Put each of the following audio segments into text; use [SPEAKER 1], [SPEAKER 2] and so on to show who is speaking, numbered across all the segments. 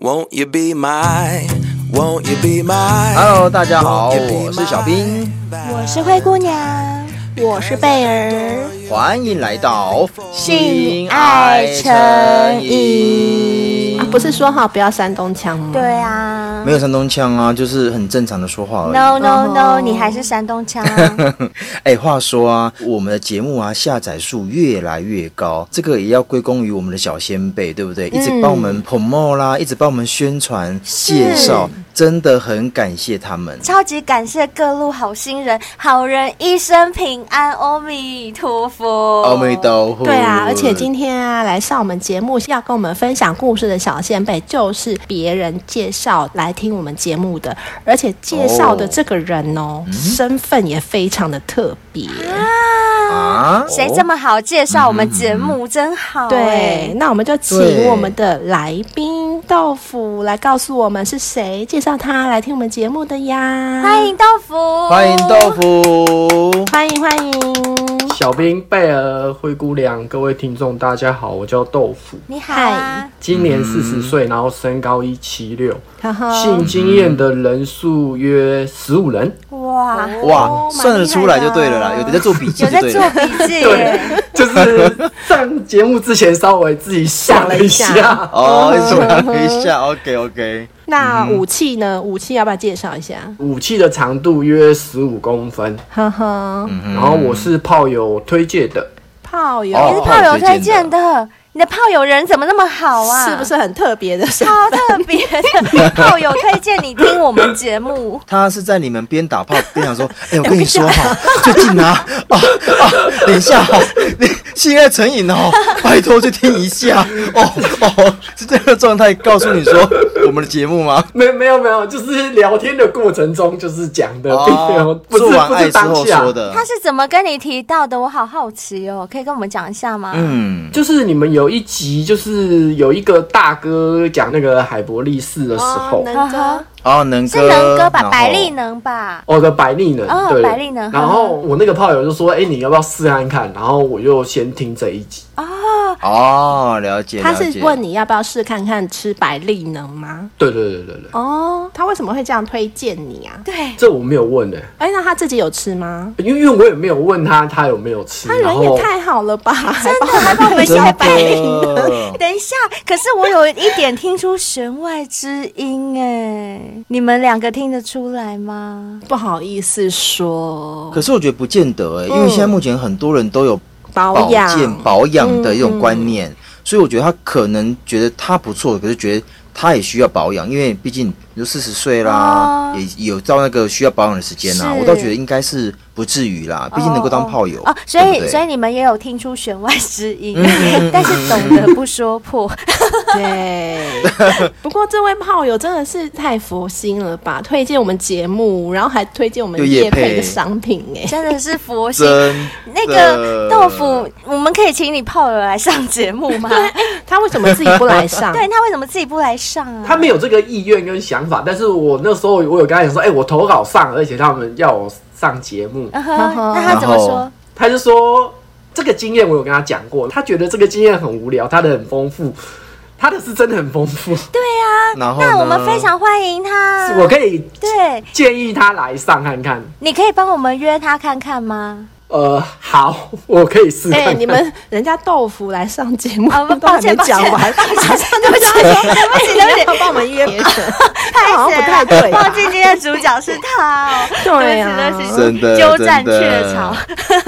[SPEAKER 1] Won't you be my? Won't you be my?
[SPEAKER 2] Hello，大家好，我是小兵，
[SPEAKER 3] 我是灰姑娘，我是贝儿。
[SPEAKER 2] 欢迎来到
[SPEAKER 3] 性爱成瘾
[SPEAKER 4] 啊，不是说好不要山东腔吗？
[SPEAKER 3] 对啊
[SPEAKER 2] 没有山东腔啊，就是很正常的说话而已。
[SPEAKER 3] ，No No No，
[SPEAKER 4] 哦
[SPEAKER 3] 你还是山东 腔啊。
[SPEAKER 2] 哎，话说啊，我们的节目啊下载数越来越高，这个也要归功于我们的小先辈，对不
[SPEAKER 3] 嗯
[SPEAKER 2] 对？一直帮我们 promo 啦，一直帮我们宣传介绍，真的很感谢他们。
[SPEAKER 3] 超级感谢各路好心人，好人一生平安，阿弥陀佛。
[SPEAKER 2] 阿弥陀佛。
[SPEAKER 4] 对啊，而且今天啊，来上我们节目要跟我们分享故事的小先辈，就是别人介绍来听我们节目的，而且介绍的这个人哦，身份也非常的特别。
[SPEAKER 2] 啊，
[SPEAKER 3] 谁这么好介绍我们节目，真好、欸
[SPEAKER 4] 对，，那我们就
[SPEAKER 2] 对
[SPEAKER 4] 请我们的来宾豆腐来告诉我们是谁介绍他来听我们节目的呀。
[SPEAKER 3] 欢迎豆腐，
[SPEAKER 2] 嗯哦欢迎豆。腐。
[SPEAKER 4] 欢迎欢迎，
[SPEAKER 5] 小兵贝儿灰姑娘，各位听众大家好，我叫豆腐，
[SPEAKER 3] 你好、啊，
[SPEAKER 5] 今
[SPEAKER 2] 嗯
[SPEAKER 5] 年四十岁，然后身高一七六，
[SPEAKER 4] 然后
[SPEAKER 5] 性经验的人数约十五人。
[SPEAKER 3] 哇，哦
[SPEAKER 2] 哇，算得出来就对了啦，有的在做笔记
[SPEAKER 3] 啊有
[SPEAKER 2] 就
[SPEAKER 3] 在
[SPEAKER 2] 对
[SPEAKER 3] 做
[SPEAKER 2] 了。
[SPEAKER 3] 笔 记
[SPEAKER 5] 对
[SPEAKER 3] 耶，
[SPEAKER 5] 就是上节目之前稍微自己想了一
[SPEAKER 4] 想了一
[SPEAKER 5] 下，
[SPEAKER 2] 哦，数了一 下，OK OK，
[SPEAKER 4] 那武器呢？武器要不要介绍一下？
[SPEAKER 5] 武器的长度约十五公分，
[SPEAKER 4] 呵呵，
[SPEAKER 2] 嗯
[SPEAKER 5] 然后我是炮友推荐的，
[SPEAKER 4] 炮友、
[SPEAKER 3] 你是
[SPEAKER 2] 哦
[SPEAKER 3] 炮友推
[SPEAKER 2] 推
[SPEAKER 3] 荐
[SPEAKER 2] 荐，
[SPEAKER 3] 的，你的炮友人怎么那么好啊？
[SPEAKER 4] 是不是很特别的？
[SPEAKER 3] 超特别的？炮友推荐你听我们节目
[SPEAKER 2] 他是在你们边 打炮边想说，哎、我跟你说哈，最近啊啊啊，等一下哈、你性爱成瘾 哦，拜托去听一下哦哦，是这样的状态告诉你说我们的节目吗？
[SPEAKER 5] 没没有没有，就是聊天的过程中就是讲的，并没有
[SPEAKER 2] 哦，
[SPEAKER 5] 不是
[SPEAKER 2] 做完
[SPEAKER 5] 不
[SPEAKER 2] 爱
[SPEAKER 5] 是
[SPEAKER 2] 之
[SPEAKER 5] 当
[SPEAKER 2] 后
[SPEAKER 5] 下
[SPEAKER 2] 说的，
[SPEAKER 3] 他是怎么跟你提到的？我好好奇哦，可以跟我们讲一下吗？
[SPEAKER 2] 嗯，
[SPEAKER 5] 就是你们有一集，就是有一个大哥讲那个海伯力士的 时候，
[SPEAKER 4] 能哥，
[SPEAKER 2] 哦，能
[SPEAKER 3] 是
[SPEAKER 2] 哥，
[SPEAKER 3] 能哥吧，
[SPEAKER 2] 然后
[SPEAKER 3] 百丽能吧？
[SPEAKER 5] 哦的百利能，
[SPEAKER 3] 哦
[SPEAKER 5] 对，
[SPEAKER 3] 百利能
[SPEAKER 5] 然后
[SPEAKER 4] 嗯
[SPEAKER 5] 我那个炮友就说：“哎、你要不要试看看？”然后我就先听这一集。
[SPEAKER 4] 啊
[SPEAKER 2] 哦，了解，
[SPEAKER 4] 他
[SPEAKER 2] 了解
[SPEAKER 4] 是问你要不要试看看吃百利能吗？
[SPEAKER 5] 对对对对对，
[SPEAKER 4] 哦，他为什么会这样推荐你啊？
[SPEAKER 3] 对，
[SPEAKER 2] 嗯
[SPEAKER 5] 这我没有问呢、
[SPEAKER 4] 哎，那他自己有吃吗？
[SPEAKER 5] 因为因为我也没有问他他有没有吃，
[SPEAKER 4] 他
[SPEAKER 5] 然
[SPEAKER 4] 人
[SPEAKER 5] 后
[SPEAKER 4] 也太好了吧，还
[SPEAKER 3] 真的
[SPEAKER 4] 帮
[SPEAKER 3] 还帮我们
[SPEAKER 2] 真
[SPEAKER 3] 小百丽。
[SPEAKER 2] 的。
[SPEAKER 3] 等一下，可是我有一点听出弦外之音哎，你们两个听得出来吗？
[SPEAKER 4] 不好意思说
[SPEAKER 2] 可是我觉得不见得哎、因为现在目前很多人都有
[SPEAKER 4] 保
[SPEAKER 2] 保
[SPEAKER 4] 养
[SPEAKER 2] 健保养的一种观
[SPEAKER 3] 嗯
[SPEAKER 2] 念，所以我觉得他可能觉得他不错，可是觉得他也需要保养，因为毕竟你说四十岁啦，
[SPEAKER 3] 哦
[SPEAKER 2] 也有到那个需要保养的时间啦。
[SPEAKER 3] 是
[SPEAKER 2] 我倒觉得应该是不至于啦，毕竟能够当炮友
[SPEAKER 3] 哦，所以
[SPEAKER 2] 对不嗯对
[SPEAKER 3] 所以你们也有听出弦外之音，但是懂得不说破。
[SPEAKER 4] 对。不过这位炮友真的是太佛心了吧，推荐我们节目，然后还推荐我们
[SPEAKER 2] 又业
[SPEAKER 4] 业配
[SPEAKER 2] 配
[SPEAKER 4] 的商品哎、
[SPEAKER 3] 真的是佛心。
[SPEAKER 2] 真
[SPEAKER 3] 那个豆腐，我们可以请你炮友来上节目吗？哎
[SPEAKER 4] 他为什么自己不 来上？
[SPEAKER 3] 对他为什么自己不来上啊？
[SPEAKER 5] 他没有这个意愿跟想法。但是我那时候我有跟他讲说：“哎、我投稿上，而且他们要我上节目。
[SPEAKER 3] 嗯哼
[SPEAKER 4] 然后
[SPEAKER 3] 那他怎么说？
[SPEAKER 5] 他就说：“这个经验我有跟他讲过，他觉得这个经验很无聊，他的很丰富，他的是真的很丰富。
[SPEAKER 2] 然后呢
[SPEAKER 3] 那我们非常欢迎
[SPEAKER 4] 啊
[SPEAKER 3] 他。
[SPEAKER 5] 我可以
[SPEAKER 3] 对，
[SPEAKER 5] 建议他来上看看。
[SPEAKER 3] 你可以帮我们约他看看吗？
[SPEAKER 5] 呃，好， 我可以试 看
[SPEAKER 4] 哎、
[SPEAKER 5] 看。
[SPEAKER 4] 你们人家豆腐来上节目，
[SPEAKER 3] 啊
[SPEAKER 4] 都还
[SPEAKER 3] 抱歉
[SPEAKER 4] 没讲完，
[SPEAKER 3] 抱歉
[SPEAKER 4] 马上就讲说，对不起，对不起，帮我们约别人，他好像不太对
[SPEAKER 3] 忘
[SPEAKER 4] 吧？
[SPEAKER 3] 记今天的主角是他哦。
[SPEAKER 4] 对
[SPEAKER 3] 对
[SPEAKER 4] 啊
[SPEAKER 3] 不起对不
[SPEAKER 2] 真
[SPEAKER 3] 起
[SPEAKER 2] 的
[SPEAKER 3] 鸠占
[SPEAKER 2] 真的
[SPEAKER 3] 鹊巢。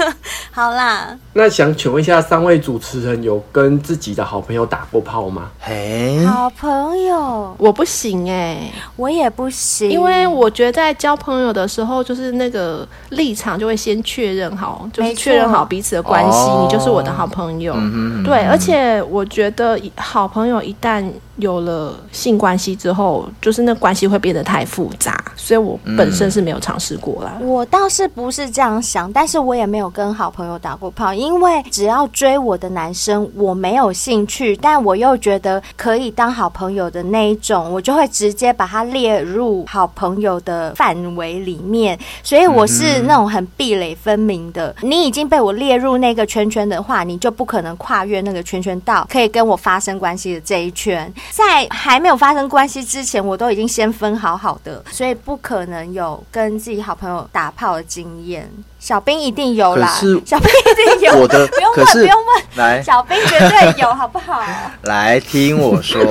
[SPEAKER 3] 好啦，
[SPEAKER 5] 那想请问一下，三位主持人有跟自己的好朋友打过炮吗？
[SPEAKER 2] 嘿，
[SPEAKER 3] 好朋友，
[SPEAKER 4] 我不行哎、
[SPEAKER 3] 我也不行，
[SPEAKER 4] 因为我觉得在交朋友的时候，就是那个立场就会先确认好，就是
[SPEAKER 3] 没错
[SPEAKER 4] 确认好彼此的关系，
[SPEAKER 2] 哦
[SPEAKER 4] 你就是我的好朋友。
[SPEAKER 2] 嗯哼
[SPEAKER 4] 对，而且我觉得一好朋友一旦有了性关系之后，就是那关系会变得太复杂，所以我本
[SPEAKER 2] 嗯
[SPEAKER 4] 身是没有尝试过
[SPEAKER 2] 哦
[SPEAKER 4] 啦。
[SPEAKER 3] 我倒是不是这样想，但是我也没有跟好朋友打过炮，因为只要追我的男生我没有兴趣，但我又觉得可以当好朋友的那一种，我就会直接把他列入好朋友的范围里面，所以我是那种很壁垒分明的。你已经被我列入那个圈圈的话，你就不可能跨越那个圈圈到可以跟我发生关系的这一圈。在还没有发生关系之前，我都已经先分好好的，所以不可能有跟自己好朋友打炮的经验。小兵一定有啦
[SPEAKER 2] 可是，
[SPEAKER 3] 小兵一定有，
[SPEAKER 2] 我的
[SPEAKER 3] 不用
[SPEAKER 2] 可
[SPEAKER 3] 问，
[SPEAKER 2] 是
[SPEAKER 3] 不用问，
[SPEAKER 2] 来
[SPEAKER 3] 小兵绝对有，好 不好？
[SPEAKER 2] 来听我说，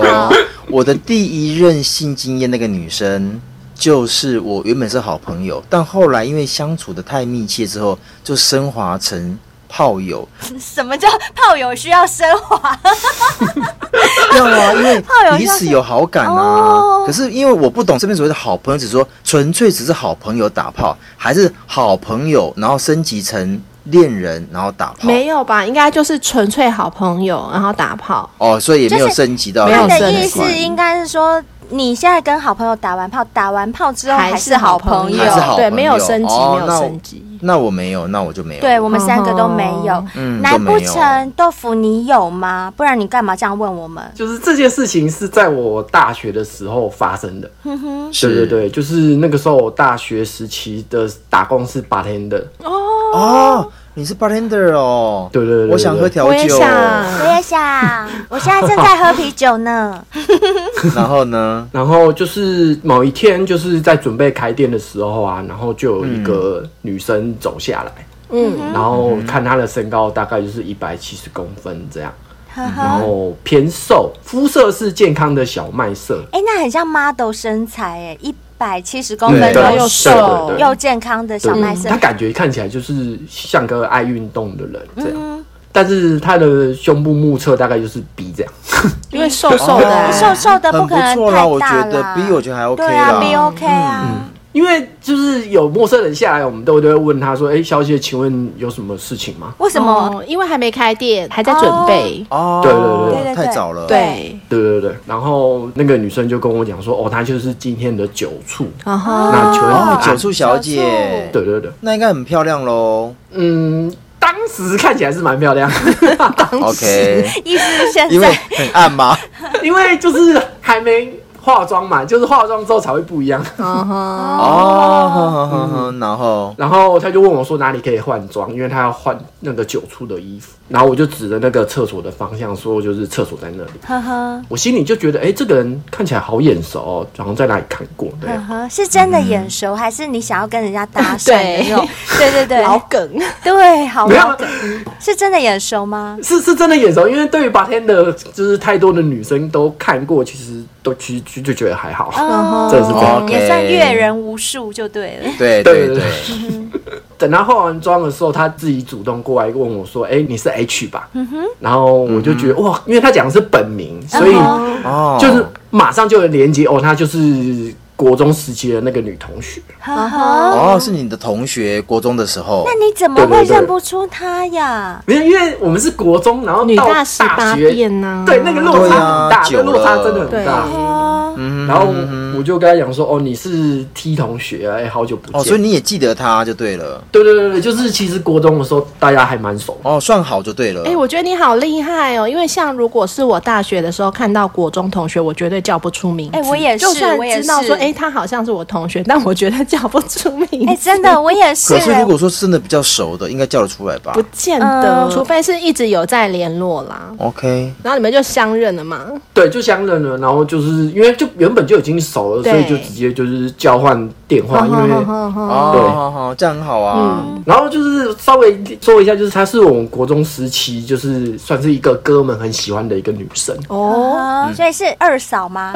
[SPEAKER 2] 我的第一任性经验那个女生，就是我原本是好朋友，但后来因为相处的太密切之后，就升华成炮友。
[SPEAKER 3] 什么叫炮友需要升华？
[SPEAKER 2] 要啊，因为
[SPEAKER 3] 炮友
[SPEAKER 2] 彼
[SPEAKER 3] 要是
[SPEAKER 2] 此有好感啊
[SPEAKER 3] 哦。
[SPEAKER 2] 可是因为我不懂这边所谓的好朋友，只是说纯粹只是好朋友打炮，还是好朋友然后升级成恋人然后打炮？
[SPEAKER 4] 没有吧？应该就是纯粹好朋友，然后打炮。
[SPEAKER 2] 哦，所以也没有
[SPEAKER 3] 就是
[SPEAKER 2] 升级到
[SPEAKER 4] 没有
[SPEAKER 3] 他
[SPEAKER 2] 恋
[SPEAKER 3] 的
[SPEAKER 2] 人
[SPEAKER 3] 意
[SPEAKER 4] 升
[SPEAKER 3] 思
[SPEAKER 2] 关系
[SPEAKER 3] 应该是说，你现在跟好朋友打完炮，打完炮之后
[SPEAKER 4] 还
[SPEAKER 3] 是好朋
[SPEAKER 4] 朋
[SPEAKER 2] 还是好
[SPEAKER 4] 对，
[SPEAKER 2] 朋
[SPEAKER 4] 没有
[SPEAKER 2] 友
[SPEAKER 4] 升级，
[SPEAKER 2] 哦
[SPEAKER 4] 没有
[SPEAKER 2] 那我
[SPEAKER 4] 升级。
[SPEAKER 2] 那我没有，那我就没有。
[SPEAKER 3] 对我们三个都没有
[SPEAKER 4] 哦，
[SPEAKER 2] 嗯
[SPEAKER 3] 难
[SPEAKER 2] 都
[SPEAKER 3] 不
[SPEAKER 2] 没有
[SPEAKER 3] 成豆腐你有吗？不然你干嘛这样问我们？
[SPEAKER 5] 就是这件事情是在我大学的时候发生的，对对
[SPEAKER 2] 是
[SPEAKER 5] 对，就是那个时候我大学时期的打工是 bartender，
[SPEAKER 2] 哦，你是 bartender 哦，
[SPEAKER 5] 对对对对
[SPEAKER 2] 我想喝调
[SPEAKER 4] 我也
[SPEAKER 2] 酒。
[SPEAKER 4] 想，
[SPEAKER 3] 我也想，我现在正在喝啤酒 呢。
[SPEAKER 2] 然后呢？
[SPEAKER 5] 然后就是某一天就是在准备开店的时候啊，然后就有一个女生走下来，
[SPEAKER 4] 嗯，
[SPEAKER 5] 然后看她的身高大概就是一百七十公分这样，
[SPEAKER 3] 呵
[SPEAKER 2] 嗯
[SPEAKER 3] 呵，
[SPEAKER 5] 然后偏瘦，肤色是健康的小麦色，
[SPEAKER 3] 哎，那很像 model 身材哎，一百七十公
[SPEAKER 5] 对
[SPEAKER 3] 分，
[SPEAKER 5] 对
[SPEAKER 4] 然
[SPEAKER 3] 哦
[SPEAKER 4] 后
[SPEAKER 3] 又
[SPEAKER 4] 又
[SPEAKER 5] 对
[SPEAKER 4] 瘦
[SPEAKER 5] 对对
[SPEAKER 3] 又健康的小麦色
[SPEAKER 5] 她。感觉看起来就是像个爱运动的人这样，但是她的胸部目测大概就是 B 这样。
[SPEAKER 4] 因为瘦瘦的啊，
[SPEAKER 3] 瘦瘦的
[SPEAKER 2] 很
[SPEAKER 3] 可能
[SPEAKER 2] 错啦，
[SPEAKER 3] 太
[SPEAKER 2] 我
[SPEAKER 3] 大
[SPEAKER 2] 觉得
[SPEAKER 3] 啦。
[SPEAKER 2] B 我觉得还 OK
[SPEAKER 3] 对
[SPEAKER 2] 啦。嗯
[SPEAKER 3] 啊，B OK 啊。
[SPEAKER 5] 因为就是有陌生人下来，我们都都会问他说：“哎、小姐，请问有什么事情吗
[SPEAKER 3] 为什么？
[SPEAKER 4] 哦因为还没开店，还在准备。
[SPEAKER 2] 哦，
[SPEAKER 5] 对对
[SPEAKER 3] 对对
[SPEAKER 2] 太早了。
[SPEAKER 4] 对，？”
[SPEAKER 5] 对对对，然后那个女生就跟我讲说：“哦，她就是今天的酒醋。
[SPEAKER 4] 然后
[SPEAKER 5] 那请问
[SPEAKER 2] 哦，
[SPEAKER 5] 她
[SPEAKER 2] 九处小姐，
[SPEAKER 5] 对对对，
[SPEAKER 2] 那应该很漂亮喽。
[SPEAKER 5] 嗯，当时看起来是蛮漂亮，
[SPEAKER 2] OK，
[SPEAKER 3] 意思是现
[SPEAKER 2] 因为
[SPEAKER 3] 在
[SPEAKER 2] 很暗嘛。
[SPEAKER 5] 因为就是还没化妆嘛，就是化妆之后才会不一样。
[SPEAKER 2] 哦，好好好好，
[SPEAKER 4] 嗯
[SPEAKER 2] 然后
[SPEAKER 5] 然后她就问我说哪里可以换装，因为她要换那个酒醋的衣服。然后我就指着那个厕所的方向说，就是厕所在那里。
[SPEAKER 3] 呵呵
[SPEAKER 5] 我心里就觉得，哎、这个人看起来好眼熟、哦，好像在哪里看过对。
[SPEAKER 3] 呵呵，是真的眼熟，还是你想要跟人家搭讪的
[SPEAKER 4] 对
[SPEAKER 3] 那种？对对对，
[SPEAKER 4] 老梗，
[SPEAKER 3] 对，好
[SPEAKER 5] 没有
[SPEAKER 3] 老梗，是真的眼熟吗？
[SPEAKER 5] 是是真的眼熟，因为对于 bartender 就是太多的女生都看过，其实都其实就就觉得还好。
[SPEAKER 3] 哦
[SPEAKER 4] 嗯
[SPEAKER 5] 这是真的
[SPEAKER 2] OK
[SPEAKER 3] 也算阅人无数就对了。
[SPEAKER 2] 对
[SPEAKER 5] 对
[SPEAKER 2] 对
[SPEAKER 5] 对
[SPEAKER 2] 对，
[SPEAKER 5] 等她化完妆的时候，她自己主动过来问我说：“哎、你是 H 吧？”
[SPEAKER 4] 嗯
[SPEAKER 5] 然后我就觉得、哇，因为她讲的是本名，所以
[SPEAKER 2] 嗯
[SPEAKER 4] 嗯
[SPEAKER 2] 哦，
[SPEAKER 5] 就是马上就有连接哦，她就是国中时期的那个女同学。
[SPEAKER 3] 呵呵，
[SPEAKER 2] 哦，是你的同学，国中的时候
[SPEAKER 3] 那。你怎么
[SPEAKER 5] 对
[SPEAKER 3] 会
[SPEAKER 5] 对对
[SPEAKER 3] 认不出他呀？
[SPEAKER 5] 没有，因为我们是国中，然后
[SPEAKER 4] 女
[SPEAKER 5] 到
[SPEAKER 4] 大十八啊
[SPEAKER 5] 学，
[SPEAKER 4] 变呐
[SPEAKER 5] 对那个落差很大，
[SPEAKER 2] 对啊
[SPEAKER 5] 那落差
[SPEAKER 2] 久了嗯
[SPEAKER 5] 真的很大。
[SPEAKER 3] 哦，
[SPEAKER 5] 然后我就跟他讲说：“哦，你是 T 同学啊，哎、好久不见。
[SPEAKER 2] 哦，所以你也记得他就对了。
[SPEAKER 5] 对对对对，就是其实国中的时候大家还蛮熟的。
[SPEAKER 2] 哦，算好就对了。
[SPEAKER 4] 哎、我觉得你好厉害哦！因为像如果是我大学的时候看到国中同学，我绝对叫不出名字。
[SPEAKER 3] 哎我也是
[SPEAKER 4] 就算
[SPEAKER 3] 我也是
[SPEAKER 4] 知道说，哎、他好像是我同学，但我绝对叫不出名 字。
[SPEAKER 3] 哎，真的，我也是
[SPEAKER 2] 可是
[SPEAKER 3] 哎
[SPEAKER 2] 如。果说是真的比较熟的，应该叫得出来吧
[SPEAKER 4] 不见得，
[SPEAKER 3] 嗯
[SPEAKER 4] 呃除非是一直有在联络啦。
[SPEAKER 2] ？OK，
[SPEAKER 4] 然后你们就相认了嘛？
[SPEAKER 5] 对，就相认了，然后就是因为就原本就已经熟了，所
[SPEAKER 4] 对嗯
[SPEAKER 5] 以就直接就是交换电话，因为。对
[SPEAKER 2] 哦，好好，这样很好啊。
[SPEAKER 5] 然后就是稍微说一下，就是她是我们国中时期，就是算是一个哥们很喜欢的一个女生。
[SPEAKER 4] 哦，
[SPEAKER 3] 哦，所以是二嫂 吗？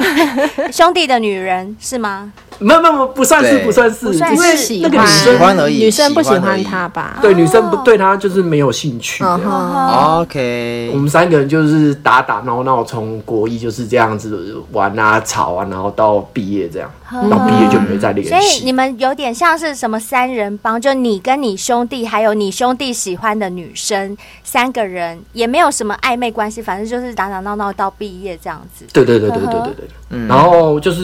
[SPEAKER 3] 兄弟的女人是吗？
[SPEAKER 5] 没有没有没有，不算是
[SPEAKER 2] 对
[SPEAKER 5] 不算是，
[SPEAKER 3] 不算
[SPEAKER 5] 因为
[SPEAKER 4] 喜
[SPEAKER 5] 那个
[SPEAKER 4] 欢哦
[SPEAKER 5] 女
[SPEAKER 2] 喜
[SPEAKER 5] 生
[SPEAKER 2] 欢而已
[SPEAKER 4] 女生不喜
[SPEAKER 2] 喜欢而
[SPEAKER 4] 欢
[SPEAKER 2] 已嗯
[SPEAKER 4] 他吧？哦
[SPEAKER 5] 对女生不对她就是没有兴趣
[SPEAKER 4] 嗯
[SPEAKER 5] 这样。我
[SPEAKER 2] OK，
[SPEAKER 5] 们三个人就是打打闹闹，从国一就是这样子玩啊、吵啊，然后到毕业这样，到毕业就没再
[SPEAKER 3] 所
[SPEAKER 5] 联
[SPEAKER 3] 以
[SPEAKER 5] 系。
[SPEAKER 3] 你们有点像是什么三人帮，就你跟你兄弟，还有你兄弟喜欢的女生三个人，也没有什么暧昧关系，反正就是打打闹闹到毕业这样子。
[SPEAKER 5] 对对对对对对对。然后就是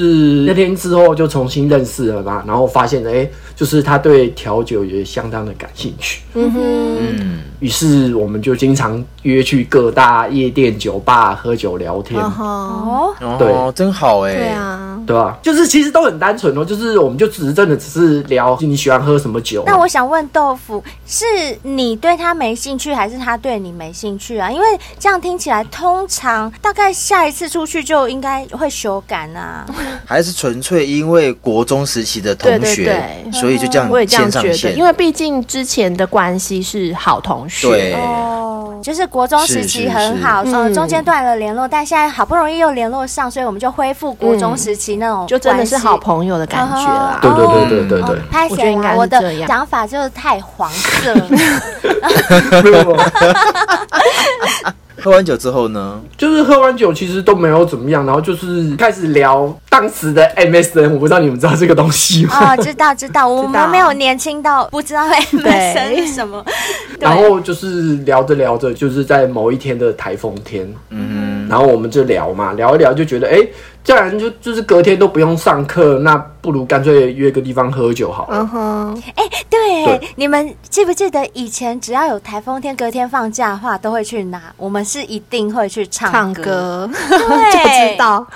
[SPEAKER 5] 那天之后就重新认识了嘛，然后发现哎、诶就是他对调酒也相当的感兴趣。
[SPEAKER 4] 嗯哼，
[SPEAKER 2] 嗯，
[SPEAKER 5] 于是我们就经常约去各大夜店、酒吧喝酒聊天，
[SPEAKER 4] 然后
[SPEAKER 3] 哦，
[SPEAKER 2] 哦，
[SPEAKER 5] 对
[SPEAKER 2] 真好哎、
[SPEAKER 4] 对啊，
[SPEAKER 5] 对吧？就是其实都很单纯哦，就是我们就只是真的只是聊你喜欢喝什么酒。啊
[SPEAKER 3] 那我想问豆腐，是你对他没兴趣，还是他对你没兴趣啊？因为这样听起来，通常大概下一次出去就应该会修改啊。
[SPEAKER 2] 还是纯粹因为国中时期的同学，
[SPEAKER 4] 对对对
[SPEAKER 2] 所以就这
[SPEAKER 4] 我也
[SPEAKER 2] 样
[SPEAKER 4] 这样
[SPEAKER 2] 线上
[SPEAKER 4] 觉得，
[SPEAKER 2] 线，
[SPEAKER 4] 因为毕竟之前的关系是好同学，
[SPEAKER 2] 对。
[SPEAKER 3] 哦，就是国中时期很好，
[SPEAKER 4] 是是是
[SPEAKER 3] 呃，
[SPEAKER 4] 嗯
[SPEAKER 3] 中间断了联络，但现在好不容易又联络上，所以我们就恢复国中时期那种
[SPEAKER 4] 就真的是
[SPEAKER 3] 关系
[SPEAKER 4] 好朋友的感觉啦。
[SPEAKER 5] 对对
[SPEAKER 3] 哦
[SPEAKER 5] 对对对对。
[SPEAKER 3] 哦拍
[SPEAKER 4] 我觉得
[SPEAKER 3] 谁
[SPEAKER 4] 应该
[SPEAKER 3] 啦？
[SPEAKER 4] 是
[SPEAKER 3] 我
[SPEAKER 4] 这
[SPEAKER 3] 的
[SPEAKER 4] 样
[SPEAKER 3] 想法就是太黄色了。
[SPEAKER 2] 喝完酒之后呢，
[SPEAKER 5] 就是喝完酒其实都没有怎么样，然后就是开始聊当时的 MSN，我不知道你们知道这个东西吗？
[SPEAKER 3] 哦，知道知道，我
[SPEAKER 4] 知道
[SPEAKER 3] 们没有年轻到不知道 MSN 是什么。
[SPEAKER 5] 然后就是聊着聊着，就是在某一天的台风天，嗯，然后我们就聊嘛，聊一聊就觉得，哎、既然就就是隔天都不用上课，那不如干脆约个地方喝酒好了。
[SPEAKER 4] 嗯哼，
[SPEAKER 3] 哎、对，
[SPEAKER 5] 对
[SPEAKER 3] 你们记不记得以前只要有台风天，隔天放假的话都会去哪？我们是一定会去唱
[SPEAKER 4] 唱
[SPEAKER 3] 歌，
[SPEAKER 4] 歌 就
[SPEAKER 3] 对
[SPEAKER 4] 知道，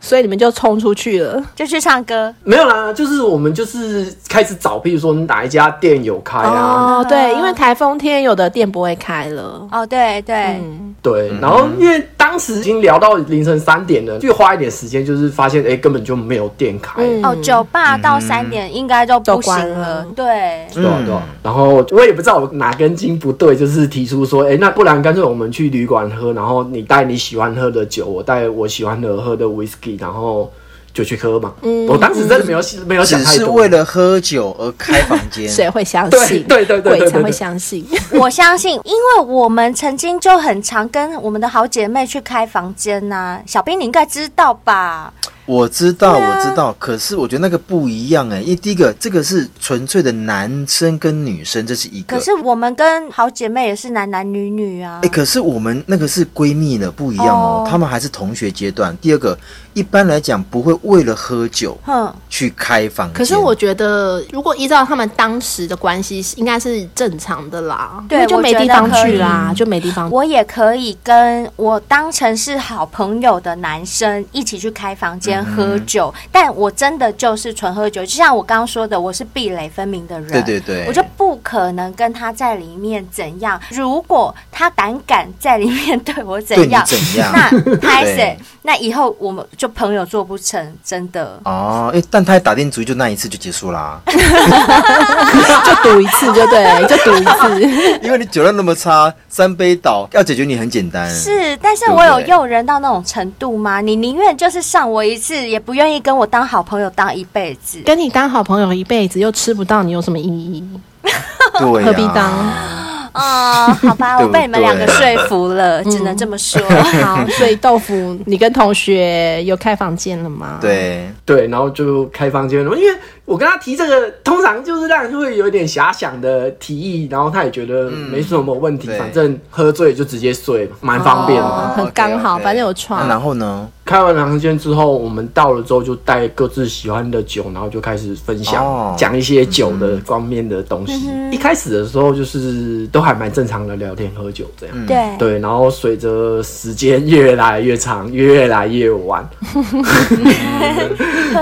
[SPEAKER 4] 所以你们就冲出去了。
[SPEAKER 3] 就去唱歌。
[SPEAKER 5] 没有啦，就是我们就是开始找，譬如说哪一家店有开啊，
[SPEAKER 4] 哦，对，因为台风天有的店不会开了。
[SPEAKER 3] 哦，对对，
[SPEAKER 5] 对，然后因为当时已经聊到凌晨三点了，就花一点时间，就是发现哎、根本就没有店开，
[SPEAKER 3] 哦，酒吧到三点应该都不行
[SPEAKER 4] 都关
[SPEAKER 3] 了。
[SPEAKER 4] 了
[SPEAKER 3] 对，
[SPEAKER 5] 对啊
[SPEAKER 2] 嗯
[SPEAKER 5] 对啊。然后我也不知道我哪根筋不对，就是提出说，哎、那不然干脆我们去旅馆喝，然后你带你喜欢喝的酒，我带我喜欢的喝的 whisky，然后就去喝嘛。我当时真的没有没有想
[SPEAKER 2] 嗯只
[SPEAKER 5] 太
[SPEAKER 2] 是
[SPEAKER 5] 多，
[SPEAKER 2] 为了喝酒而开房 间，
[SPEAKER 4] 谁会相信？
[SPEAKER 5] 对对对对对
[SPEAKER 4] 鬼才
[SPEAKER 5] 对
[SPEAKER 4] 会
[SPEAKER 5] 对
[SPEAKER 4] 相信。
[SPEAKER 3] 我相信，因为我们曾经就很常跟我们的好姐妹去开房间呐、小兵你应该知道吧？
[SPEAKER 2] 我知道，我知道，可是我觉得那个不一样哎、因为第一个，这个是纯粹的男生跟女生，这是一个。
[SPEAKER 3] 可是我们跟好姐妹也是男男女女啊。
[SPEAKER 2] 哎、可是我们那个是闺蜜呢，不一样哦
[SPEAKER 3] 哦，
[SPEAKER 2] 她、们还是同学阶段。第二个，一般来讲不会为了喝酒
[SPEAKER 3] 哼，
[SPEAKER 2] 去开房间。
[SPEAKER 4] 可是我觉得，如果依照他们当时的关系，应该是正常的啦，
[SPEAKER 3] 对
[SPEAKER 4] 因为就
[SPEAKER 3] 我
[SPEAKER 4] 没
[SPEAKER 3] 觉
[SPEAKER 4] 地
[SPEAKER 3] 得
[SPEAKER 4] 方
[SPEAKER 3] 可
[SPEAKER 4] 去
[SPEAKER 3] 以
[SPEAKER 4] 啦，就没地方。
[SPEAKER 3] 我也可以跟我当成是好朋友的男生一起去开房间喝
[SPEAKER 2] 嗯
[SPEAKER 3] 酒，但我真的就是纯喝酒，就像我刚刚说的，我是壁垒分明的人，
[SPEAKER 2] 对对对
[SPEAKER 3] 我就不可能跟他在里面怎样。如果他胆敢在里面对我怎
[SPEAKER 2] 对你
[SPEAKER 3] 样，
[SPEAKER 2] 怎样？
[SPEAKER 3] 那拍谁
[SPEAKER 2] 对？
[SPEAKER 3] 那以后我们就朋友做不成，真的。
[SPEAKER 2] 哦，哎、但她打定主意就那一次就结束啦，
[SPEAKER 4] 就赌一次，就对，就赌一次。
[SPEAKER 2] 因为你酒量那么差，三杯倒要解决你很简单。
[SPEAKER 3] 是，但是
[SPEAKER 2] 对不
[SPEAKER 3] 我有
[SPEAKER 2] 对
[SPEAKER 3] 诱人到那种程度吗？你宁愿就是上我一次，也不愿意跟我当好朋友当一辈子。
[SPEAKER 4] 跟你当好朋友一辈子，又吃不到你有什么意义？
[SPEAKER 2] 对、呀啊
[SPEAKER 4] 何必当？
[SPEAKER 3] 哦，好吧，
[SPEAKER 2] 对
[SPEAKER 3] 我
[SPEAKER 2] 不
[SPEAKER 3] 被你们两个
[SPEAKER 2] 对嗯
[SPEAKER 3] 说服了，只能这么说。
[SPEAKER 4] 好，啊所以豆腐，你跟同学有开房间了 吗？，
[SPEAKER 2] 对，
[SPEAKER 5] 对，然后就开房间了。因为我跟他提这个，通常就是让人会有一点遐想的提议，然后他也觉得没什么问题，
[SPEAKER 2] 嗯对
[SPEAKER 5] 反正喝醉就直接睡嘛，蛮方便的。
[SPEAKER 4] 哦很刚好
[SPEAKER 2] OK，OK
[SPEAKER 4] 反正有床
[SPEAKER 2] 那然后呢？
[SPEAKER 5] 开完房间之后，我们到了之后就带各自喜欢的酒，然后就开始分享
[SPEAKER 2] 哦，
[SPEAKER 5] 讲、一些酒的方面的东西。一开始的时候就是都还蛮正常的聊天喝酒这
[SPEAKER 2] 嗯
[SPEAKER 5] 样。
[SPEAKER 3] 对，
[SPEAKER 5] 对，然后随着时间越来越长，越来越晚，
[SPEAKER 3] 喝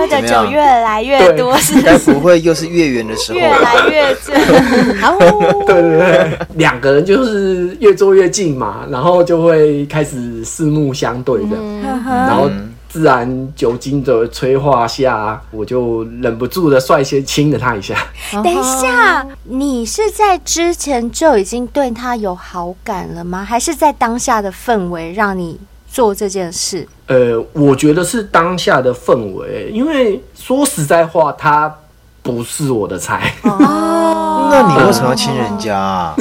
[SPEAKER 3] 的
[SPEAKER 2] 怎么
[SPEAKER 3] 酒
[SPEAKER 2] 样
[SPEAKER 3] 越来越
[SPEAKER 5] 对
[SPEAKER 3] 多，是
[SPEAKER 2] 该不会又是月圆的时候
[SPEAKER 3] 越
[SPEAKER 2] 吧？
[SPEAKER 3] 来越醉。
[SPEAKER 4] 好，
[SPEAKER 2] 哦
[SPEAKER 5] 对对对，两个人就是越坐越近嘛，然后就会开始四目相对这样，
[SPEAKER 3] 嗯
[SPEAKER 5] 然后自然酒精的催化下，我就忍不住的率先亲了他一下。
[SPEAKER 3] 等一下，你是在之前就已经对他有好感了吗？还是在当下的氛围让你做这件事？
[SPEAKER 5] 呃，我觉得是当下的氛围，因为说实在话，他不是我的菜。
[SPEAKER 2] 那你为什么要亲人家啊？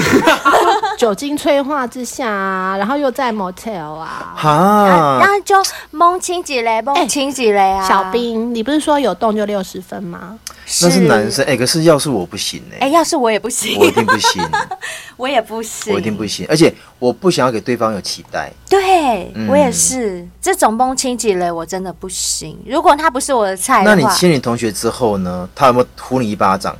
[SPEAKER 4] 酒精催化之下啊，然后又在 motel 啊。
[SPEAKER 2] 哈，
[SPEAKER 3] 那就蒙清几雷，
[SPEAKER 2] 哎
[SPEAKER 3] 蒙清几雷啊！
[SPEAKER 4] 小，兵，你不是说有动就六十分吗？
[SPEAKER 2] 那是男。生哎、可是要是我不行哎、
[SPEAKER 3] 哎，要是我也不行
[SPEAKER 2] 我，一定不 行，
[SPEAKER 3] 我也不行，
[SPEAKER 2] 我一定不行，而且我不想要给对方有期待。
[SPEAKER 3] 对、
[SPEAKER 2] 嗯
[SPEAKER 3] 我也是，这种蒙清几雷我真的不行。如果他不是我的菜的
[SPEAKER 2] 那
[SPEAKER 3] 话，
[SPEAKER 2] 你亲你同学之后呢？他有没有呼你一巴掌？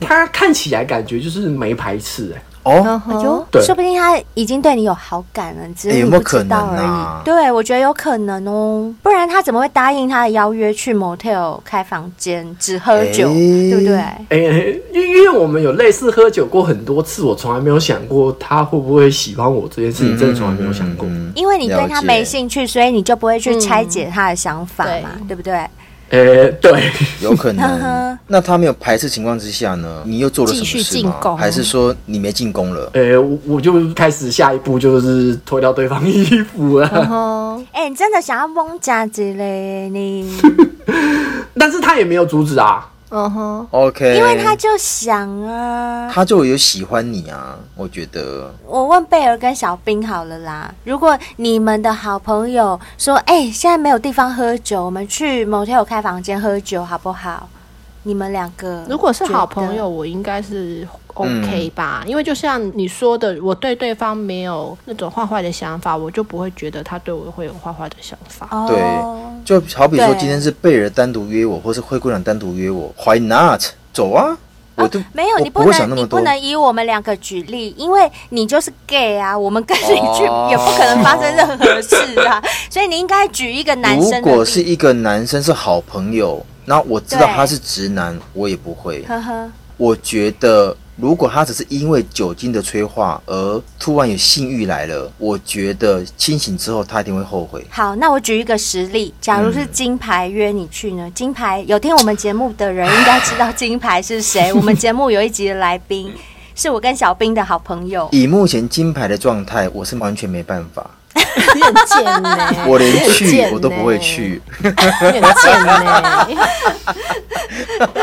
[SPEAKER 5] 他看起来感觉就是没排斥、哎，
[SPEAKER 2] 哦，
[SPEAKER 3] 哎呦
[SPEAKER 5] 对
[SPEAKER 3] 说不定他已经对你有好感了，只是
[SPEAKER 2] 哎有
[SPEAKER 3] 你
[SPEAKER 2] 没有
[SPEAKER 3] 不知道
[SPEAKER 2] 可
[SPEAKER 3] 而
[SPEAKER 2] 能
[SPEAKER 3] 已。
[SPEAKER 2] 啊
[SPEAKER 3] 对，我觉得有可能哦，不然他怎么会答应他的邀约去 motel 开房间只喝酒，
[SPEAKER 2] 哎
[SPEAKER 3] 对不对？
[SPEAKER 5] 哎、因因为我们有类似喝酒过很多次，我从来没有想过他会不会喜欢我这件事情，真的从来没有想过。
[SPEAKER 2] 嗯
[SPEAKER 3] 因为你对他没，
[SPEAKER 2] 嗯
[SPEAKER 3] 兴趣，所以你就不会去拆解他的想法嘛，对不对？
[SPEAKER 5] 哎、对，
[SPEAKER 2] 嗯有可能
[SPEAKER 3] 呵。
[SPEAKER 2] 那他没有排斥情况之下呢，你又做了什么
[SPEAKER 4] 继续
[SPEAKER 2] 事
[SPEAKER 4] 进
[SPEAKER 2] 吗？
[SPEAKER 4] 攻
[SPEAKER 2] 还是说你没进攻了？
[SPEAKER 5] 呃、我我就开始下一步就是脱掉对方衣服啊了，
[SPEAKER 4] 哦，
[SPEAKER 3] 哎、你真的想要蒙夹子嘞？ 你
[SPEAKER 5] 但是他也没有阻止啊。
[SPEAKER 4] 嗯哼，
[SPEAKER 2] OK，
[SPEAKER 3] 因为他就想啊，
[SPEAKER 2] 他就有喜欢你啊，我觉得
[SPEAKER 3] 我问贝尔跟小兵好了啦。如果你们的好朋友说：“哎、现在没有地方喝酒，我们去 motel 开房间喝酒好不好？”你们两个
[SPEAKER 4] 如果是好朋
[SPEAKER 3] 觉
[SPEAKER 4] 友，
[SPEAKER 3] 得，
[SPEAKER 4] 我应该是 OK 吧，因为就像你说的，我对对方没有那种坏坏的想法，我就不会觉得他对我会有坏坏的想法。
[SPEAKER 3] 哦、
[SPEAKER 2] 对就好比说
[SPEAKER 3] 对
[SPEAKER 2] 今天是贝尔单独约我，或是灰姑娘单独约我，Why not？走啊，我都
[SPEAKER 3] 哦没有，
[SPEAKER 2] 我
[SPEAKER 3] 你
[SPEAKER 2] 不
[SPEAKER 3] 不
[SPEAKER 2] 会想那
[SPEAKER 3] 能，
[SPEAKER 2] 么
[SPEAKER 3] 你
[SPEAKER 2] 多
[SPEAKER 3] 不。能以我们两个举例，因为你就是 gay 啊，我们跟你去、
[SPEAKER 2] 哦
[SPEAKER 3] 也不可能发生任何事啊，所以你应该举一个男
[SPEAKER 2] 如
[SPEAKER 3] 生的例。
[SPEAKER 2] 果是一个男生是好朋友，那我知道
[SPEAKER 3] 对
[SPEAKER 2] 他是直男，我也不会。
[SPEAKER 3] 呵呵，
[SPEAKER 2] 我觉得如果他只是因为酒精的催化而突然有性欲来了，我觉得清醒之后他一定会后悔。
[SPEAKER 3] 好，那我举一个实例，假如是
[SPEAKER 2] 嗯
[SPEAKER 3] 金牌约你去呢？金牌有听我们节目的人应该知道金牌 是谁。我们节目有一集的来宾是我跟小兵的好 朋友。
[SPEAKER 2] 以目前金牌的状态，我是完全没办法，
[SPEAKER 4] 你很贱呢，
[SPEAKER 3] 啊
[SPEAKER 2] 我连
[SPEAKER 4] 你很
[SPEAKER 2] 去
[SPEAKER 4] 贱
[SPEAKER 2] 我都不会
[SPEAKER 4] 呢，
[SPEAKER 2] 去。
[SPEAKER 4] 你 很贱欸呢。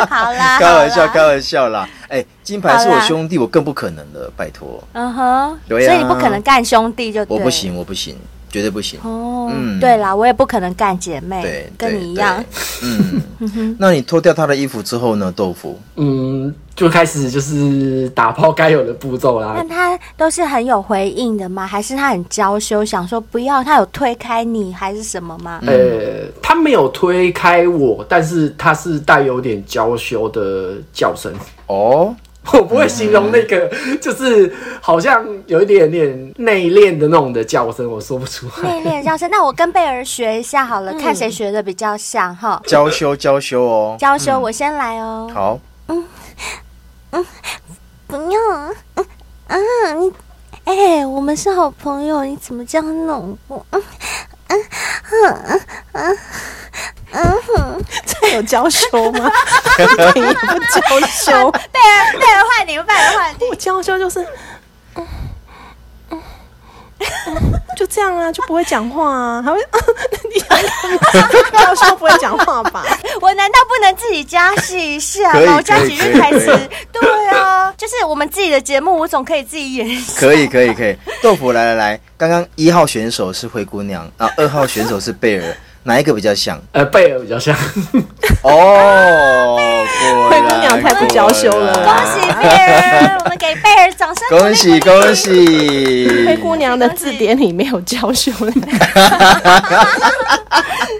[SPEAKER 3] 好 啦，
[SPEAKER 2] 开玩
[SPEAKER 3] 好
[SPEAKER 2] 笑，
[SPEAKER 3] 啦
[SPEAKER 2] 开玩笑啦！哎、金牌是
[SPEAKER 3] 好
[SPEAKER 2] 我
[SPEAKER 3] 啦
[SPEAKER 2] 兄弟，我更不可能的，拜托，
[SPEAKER 3] 嗯哼，所
[SPEAKER 2] 对呀
[SPEAKER 3] 以你不可能干兄弟就对。
[SPEAKER 2] 我不。行，我不行，绝对不行。
[SPEAKER 3] 哦，
[SPEAKER 2] 嗯
[SPEAKER 3] 对啦，我也不可能干姐妹
[SPEAKER 2] 对，，
[SPEAKER 3] 跟
[SPEAKER 2] 对
[SPEAKER 3] 你一样。。
[SPEAKER 2] 对嗯，那你脱掉他的衣服之后呢，豆腐？
[SPEAKER 5] 嗯，就开始就是打炮该有的步骤啦
[SPEAKER 3] 但。他都是很有回应的吗？还是他很娇羞，想说不要？他有推开你还是什么
[SPEAKER 2] 嗯
[SPEAKER 3] 吗？
[SPEAKER 5] 呃，他没有推开我，但是他是带有点娇羞的叫声。
[SPEAKER 2] 哦，
[SPEAKER 5] 我不会形容那个，就是好像有一点点内敛的那种的叫声，我说不出来。
[SPEAKER 3] 内敛叫声，那我跟贝儿学一下好
[SPEAKER 2] 嗯
[SPEAKER 3] 了，看谁学的比较像哈。
[SPEAKER 2] 娇羞，娇羞哦。
[SPEAKER 3] 娇羞，我先来哦。
[SPEAKER 2] 好，
[SPEAKER 3] 不要啊，嗯啊，你，哎、我们是好朋友，你怎么这样弄我？
[SPEAKER 2] 哦
[SPEAKER 3] 嗯
[SPEAKER 4] 这有娇羞吗？一点也不娇羞，
[SPEAKER 3] 贝儿，贝儿啊换你，贝儿换你。
[SPEAKER 4] 不娇羞就是，嗯嗯嗯就这样啊，就不会讲话啊，还会，你娇羞不会讲话吧？
[SPEAKER 3] 我难道不能自己加戏一下
[SPEAKER 2] 可以
[SPEAKER 3] 吗？我加
[SPEAKER 2] 可以
[SPEAKER 3] 几句
[SPEAKER 2] 可以
[SPEAKER 3] 台词
[SPEAKER 2] 可以，
[SPEAKER 3] 对啊，就是我们自己的节目，我总可以自己 演一下。
[SPEAKER 2] 可以，可以，可以。豆腐，来来来，刚刚一号选手是灰姑娘，啊，二号选手是贝尔，哪一个比较像？
[SPEAKER 5] 呃，贝尔比较像，
[SPEAKER 2] 哦，
[SPEAKER 4] 灰
[SPEAKER 2] 灰
[SPEAKER 4] 姑娘太不娇羞了
[SPEAKER 3] 恭喜贝儿，我们给贝儿掌声鼓
[SPEAKER 2] 恭喜
[SPEAKER 3] 励鼓励
[SPEAKER 2] 恭喜！
[SPEAKER 4] 灰姑娘的字典里没有娇羞呢。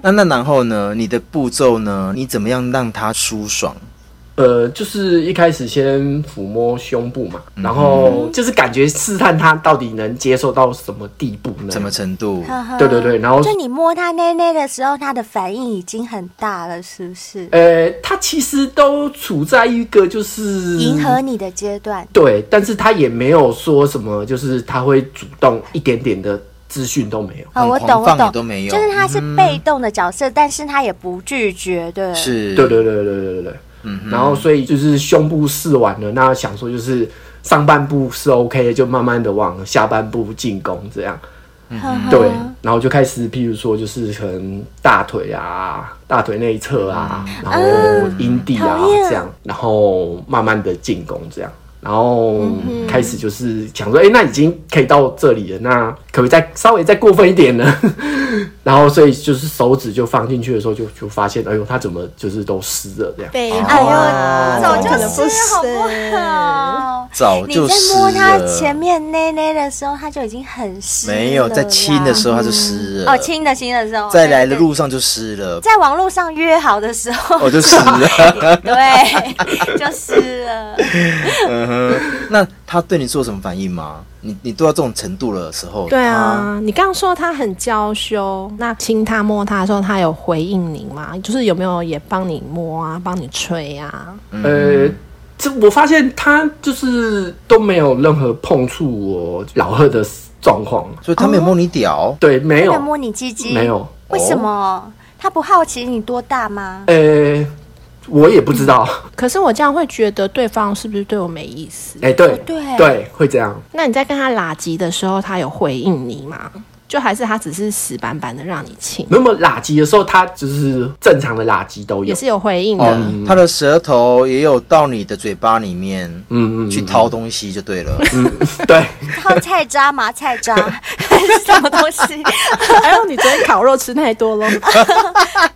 [SPEAKER 2] 那那然后呢？你的步骤呢？你怎么样让他舒爽？
[SPEAKER 5] 呃，就是一开始先抚摸胸部嘛，然后就是感觉试探他到底能接受到什么地步呢？
[SPEAKER 2] 什么程度？
[SPEAKER 3] 呵呵
[SPEAKER 5] 对对对，然后
[SPEAKER 3] 嗯就你摸他内内的时候，他的反应已经很大了，是不是？
[SPEAKER 2] 嗯
[SPEAKER 5] 呃，他其实都处在一个就是
[SPEAKER 3] 迎合你的阶段，
[SPEAKER 5] 对，但是他也没有说什么，就是他会主动一点点的资讯都没有。
[SPEAKER 3] 啊，
[SPEAKER 2] 很
[SPEAKER 3] 我
[SPEAKER 2] 狂
[SPEAKER 3] 懂，我
[SPEAKER 2] 放也
[SPEAKER 3] 懂，
[SPEAKER 2] 都没有
[SPEAKER 3] 就是他是被动的角色，但是他也不拒绝，对，，
[SPEAKER 2] 是，
[SPEAKER 5] 对对对对对对对。嗯，然后所以就是胸部试完了，那想说就是上半部是 OK 的，就慢慢的往下半部进攻这样。对，然后就开始，譬如说就是可能大腿啊、大腿内侧啊，然后阴蒂啊
[SPEAKER 3] 嗯讨厌
[SPEAKER 5] 这样，然后慢慢的进攻这样。然后开始就是想说，哎、那已经可以到这里了，那可不可以再稍微再过分一点呢？ 然后所以就是手指就放进去的时候就，就发现，哎呦，它怎么就是都湿了这样？
[SPEAKER 4] 废话，
[SPEAKER 3] 哎呦，早
[SPEAKER 4] 怎么可能
[SPEAKER 3] 就
[SPEAKER 4] 不
[SPEAKER 3] 湿好不好？
[SPEAKER 2] 早就
[SPEAKER 3] 你在
[SPEAKER 2] 湿
[SPEAKER 3] 摸他
[SPEAKER 2] 了
[SPEAKER 3] 前面内内的时候，他就已经很湿了啦，
[SPEAKER 2] 没有在亲的时候他就湿了，
[SPEAKER 3] 哦，亲的亲的时候，
[SPEAKER 2] 在来的
[SPEAKER 3] 对，
[SPEAKER 2] 路上就湿了哦
[SPEAKER 3] 对，在网络上约好的时 候，
[SPEAKER 2] 我就湿了。
[SPEAKER 3] 对，就湿了。
[SPEAKER 2] 嗯哼，那他对你做什么反应吗？你你都到这种程度了的时候，
[SPEAKER 4] 对啊，你刚刚说他很娇羞，那亲他摸他的时候，他有回应你吗？就是有没有也帮你摸啊，帮你吹啊？
[SPEAKER 5] 呃，这我发现他就是都没有任何碰触我老贺的状况，
[SPEAKER 2] 他，所以他没有摸你屌，
[SPEAKER 5] 对，没
[SPEAKER 3] 没有
[SPEAKER 5] 有，
[SPEAKER 3] 摸你鸡鸡，
[SPEAKER 5] 没有，
[SPEAKER 3] 为什么？他不好奇你多大吗？
[SPEAKER 5] 呃，我也不知道，
[SPEAKER 4] 可是我这样会觉得对方是不是对我没意思？
[SPEAKER 5] 哎，对
[SPEAKER 3] 对
[SPEAKER 5] 对，会这样，
[SPEAKER 4] 那你在跟他拉鸡的时候，他有回应你吗？就还是他只是死板板的让你亲，
[SPEAKER 5] 那么垃圾的时候，他就是正常的垃圾都
[SPEAKER 4] 也
[SPEAKER 5] 有，
[SPEAKER 4] 是有回应的。
[SPEAKER 2] 哦，
[SPEAKER 5] 嗯
[SPEAKER 2] 他的舌头也有到你的嘴巴里面，
[SPEAKER 5] 嗯嗯嗯
[SPEAKER 2] 去掏东西就对了。
[SPEAKER 5] 对，
[SPEAKER 3] 掏菜渣吗？菜渣 是什么东西？
[SPEAKER 4] 哎呦，你昨天烤肉吃太多了。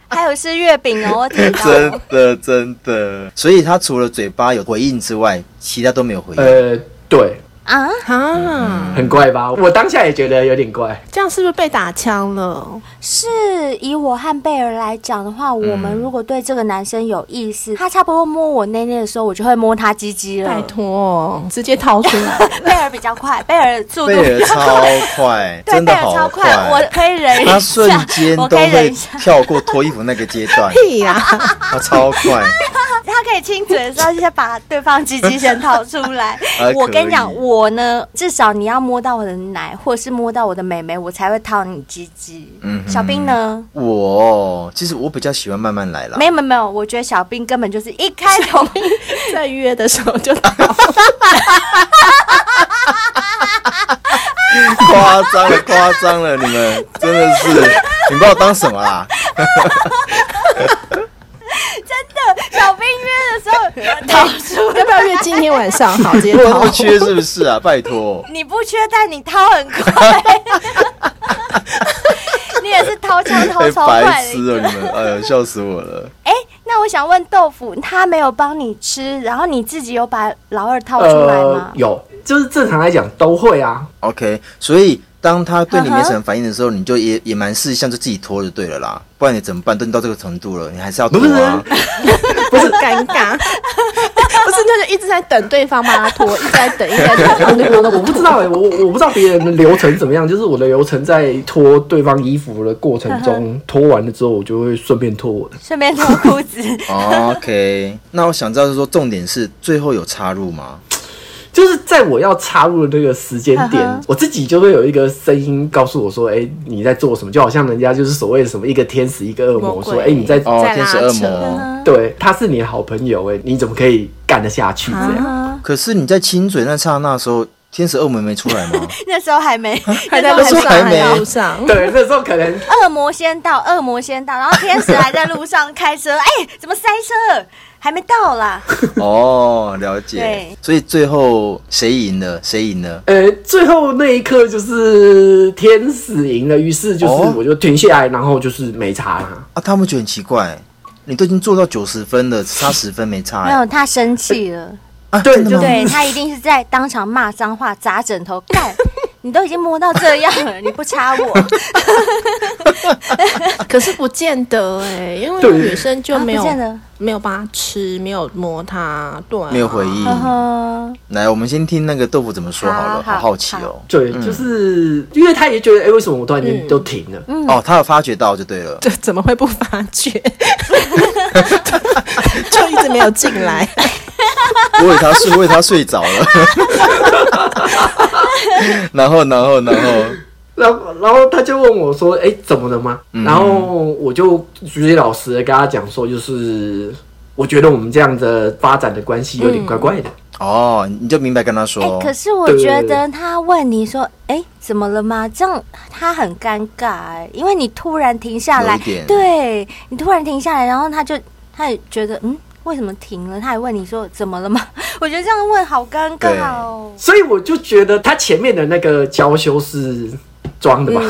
[SPEAKER 3] 还有是月饼哦，我听
[SPEAKER 2] 真
[SPEAKER 3] 到。
[SPEAKER 2] 的真的，所以他除了嘴巴有回应之外，其他都没有回应。
[SPEAKER 5] 呃，对，
[SPEAKER 3] 啊，
[SPEAKER 4] 啊，
[SPEAKER 5] 很怪吧？我当下也觉得有点怪，
[SPEAKER 4] 这样是不是被打枪了？
[SPEAKER 3] 是以我和贝尔来讲的话，我
[SPEAKER 2] 嗯
[SPEAKER 3] 们如果对这个男生有意思，他差不多摸我内内的时候，我就会摸他鸡鸡
[SPEAKER 4] 拜
[SPEAKER 3] 了。
[SPEAKER 4] 托，直接掏出来。
[SPEAKER 3] 贝尔比较快，贝尔速度
[SPEAKER 2] 贝
[SPEAKER 3] 比
[SPEAKER 2] 尔
[SPEAKER 3] 较
[SPEAKER 2] 超
[SPEAKER 3] 快，
[SPEAKER 2] 快，
[SPEAKER 3] 对，
[SPEAKER 2] 真
[SPEAKER 3] 贝
[SPEAKER 2] 的
[SPEAKER 3] 尔
[SPEAKER 2] 好
[SPEAKER 3] 超快，我可以忍一下，
[SPEAKER 2] 他瞬间
[SPEAKER 3] 我
[SPEAKER 2] 都
[SPEAKER 3] 可以忍
[SPEAKER 2] 会
[SPEAKER 3] 一下。
[SPEAKER 2] 跳过脱衣服那个阶段，
[SPEAKER 4] 屁呀、
[SPEAKER 2] 他超快。
[SPEAKER 3] 他可以亲嘴的时候，先把对方鸡鸡先掏出来
[SPEAKER 2] 还。
[SPEAKER 3] 我跟你讲
[SPEAKER 2] 可，以
[SPEAKER 3] 我呢，至少你要摸到我的奶，或者是摸到我的美眉，我才会掏你鸡鸡。
[SPEAKER 2] 嗯哼
[SPEAKER 3] 小兵呢？
[SPEAKER 2] 我其实我比较喜欢慢慢来啦，
[SPEAKER 3] 没有没有没有，我觉得小兵根本就是一开头，
[SPEAKER 4] 在约的时候就打，
[SPEAKER 2] 夸张了，夸张了，你 们真的是，你把我当什么啦？
[SPEAKER 3] 小兵约的时候掏 出
[SPEAKER 4] 要不要约今天晚上？好，直接
[SPEAKER 2] 我那
[SPEAKER 4] 掏
[SPEAKER 2] 么。缺是不是啊？拜托，
[SPEAKER 3] 你不缺，但你掏很快。 你也是掏枪掏
[SPEAKER 2] 太
[SPEAKER 3] 超快
[SPEAKER 2] 白
[SPEAKER 3] 的一
[SPEAKER 2] 痴
[SPEAKER 3] 个。
[SPEAKER 2] 了，你们，哎呦，笑死我了。
[SPEAKER 3] 哎、那我想问豆腐，他没有帮你吃，然后你自己有把老二掏出来
[SPEAKER 5] 呃
[SPEAKER 3] 吗，？
[SPEAKER 5] 有，就是正常来讲都会啊，
[SPEAKER 2] OK，所以当他对你没什么反应的时
[SPEAKER 3] 嗯
[SPEAKER 2] 候，你就也也蛮事项就自己拖就对了啦，不然你怎么办？都你到这个程度了，你还是要拖啊。
[SPEAKER 4] 不是 尴尬，不是，那就一直在等对方帮他拖，一直在等，一直在等，对方都
[SPEAKER 5] 我
[SPEAKER 4] 不
[SPEAKER 5] 不知
[SPEAKER 4] 拖。
[SPEAKER 5] 道哎、我我不知道别人的流程怎么样，就是我的流程在脱对方衣服的过程中，脱完了之后，我就会顺便脱我的。
[SPEAKER 3] 顺便脱裤子。
[SPEAKER 2] 哦 OK，那我想知道是说重点是最后有插入吗？
[SPEAKER 5] 就是在我要插入的那个时间点，我自己就会有一个声音告诉我说：“哎、你在做什么？”就好像人家就是所谓的什么一个天使一个恶魔，
[SPEAKER 4] 魔
[SPEAKER 5] 说：“
[SPEAKER 4] 鬼
[SPEAKER 5] 哎、你在
[SPEAKER 2] 哦
[SPEAKER 4] 在，
[SPEAKER 2] 天使
[SPEAKER 4] 拉
[SPEAKER 2] 恶
[SPEAKER 4] 扯
[SPEAKER 3] 嗯
[SPEAKER 2] 魔。
[SPEAKER 5] 对，他是你的好朋友哎、你怎么可以干得下去这
[SPEAKER 4] 啊
[SPEAKER 5] 样？”
[SPEAKER 2] 可是你在亲嘴那刹那的时候，天使恶魔没出来 吗？
[SPEAKER 3] 那时候还没，
[SPEAKER 4] 还在
[SPEAKER 2] 路
[SPEAKER 4] 路
[SPEAKER 2] 上
[SPEAKER 4] 上，
[SPEAKER 2] 还
[SPEAKER 4] 还
[SPEAKER 2] 在
[SPEAKER 4] 在
[SPEAKER 2] 路
[SPEAKER 4] 路上。
[SPEAKER 5] 对，那时候可能
[SPEAKER 3] 恶魔先到，恶魔先到，然后天使还在路上开车，哎、怎么塞车？还没到啦，
[SPEAKER 2] 哦，了解
[SPEAKER 3] 对。
[SPEAKER 2] 所以最后谁赢了？谁赢了？
[SPEAKER 5] 呃，最后那一刻就是天使赢了，于是就是
[SPEAKER 2] 哦
[SPEAKER 5] 我就停下来，然后就是没插他。
[SPEAKER 2] 啊，他们觉得很奇怪，你都已经做到九十分了，差十分没差、
[SPEAKER 3] 没
[SPEAKER 2] 欸。
[SPEAKER 3] 有，他生气了，
[SPEAKER 2] 啊，
[SPEAKER 5] 对
[SPEAKER 2] 真的吗？
[SPEAKER 3] 对他一定是在当场骂脏话，砸枕头，干，你都已经摸到这样了，你不插我，
[SPEAKER 4] 可是不见得哎、因为
[SPEAKER 5] 对
[SPEAKER 4] 女生就没有、
[SPEAKER 3] 啊不见得
[SPEAKER 4] 没有帮他吃，没有摸他，对、啊，
[SPEAKER 2] 没有回应。
[SPEAKER 3] 嗯，
[SPEAKER 2] 来，我们先听那个豆腐怎么说好了，
[SPEAKER 3] 好
[SPEAKER 2] 好
[SPEAKER 3] 好
[SPEAKER 2] 好奇哦。
[SPEAKER 5] 对，就是因为他也觉得，哎、为什么我突然间都停了？
[SPEAKER 2] 哦，他有发觉到就对了。
[SPEAKER 4] 对，怎么会不发觉？ 就一直没有进 来，
[SPEAKER 2] 我以为他睡，我以为他睡着了。 然后，然后，然后，
[SPEAKER 5] 然后，然后他就问我说：“哎、怎么了吗？”然后我就直接老实的跟他讲说，就是我觉得我们这样的发展的关系有点怪怪的。
[SPEAKER 2] 哦，你就明白跟他说。
[SPEAKER 3] 哎、可是我觉得他问你说，哎、怎么了吗？这样他很尴尬、哎，因为你突然停下
[SPEAKER 2] 有
[SPEAKER 3] 来
[SPEAKER 2] 一点，
[SPEAKER 3] 对你突然停下来，然后他就他也觉得，嗯，为什么停了？他还问你说怎么了吗？ 我觉得这样问好尴尬哦。
[SPEAKER 5] 所以我就觉得他前面的那个娇羞是装的吧？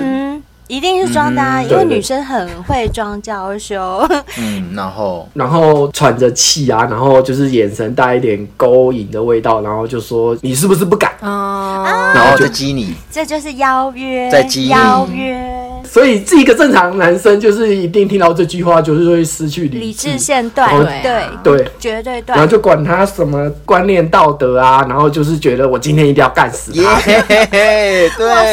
[SPEAKER 3] 嗯，一定是装的、啊，因为
[SPEAKER 5] 对对
[SPEAKER 3] 女生很会装娇羞。
[SPEAKER 2] 嗯，然后
[SPEAKER 5] 然后喘着气啊，然后就是眼神带一点勾引的味道，然后就说：“你是不是不敢？”
[SPEAKER 4] 啊、
[SPEAKER 2] 然后再激你，
[SPEAKER 3] 这就是邀约，
[SPEAKER 2] 在基因
[SPEAKER 3] 邀约。
[SPEAKER 5] 所以这一个正常男生就是一定听到这句话，就是会失去理
[SPEAKER 3] 理
[SPEAKER 5] 智，
[SPEAKER 3] 智线段，
[SPEAKER 5] 哦
[SPEAKER 3] 对啊
[SPEAKER 5] 对，
[SPEAKER 3] 绝对
[SPEAKER 5] 然后
[SPEAKER 3] 断。
[SPEAKER 5] 就管他什么观念道德啊，然后就是觉得我今天一定要干死
[SPEAKER 2] 耶
[SPEAKER 5] 他。
[SPEAKER 2] 嘿嘿，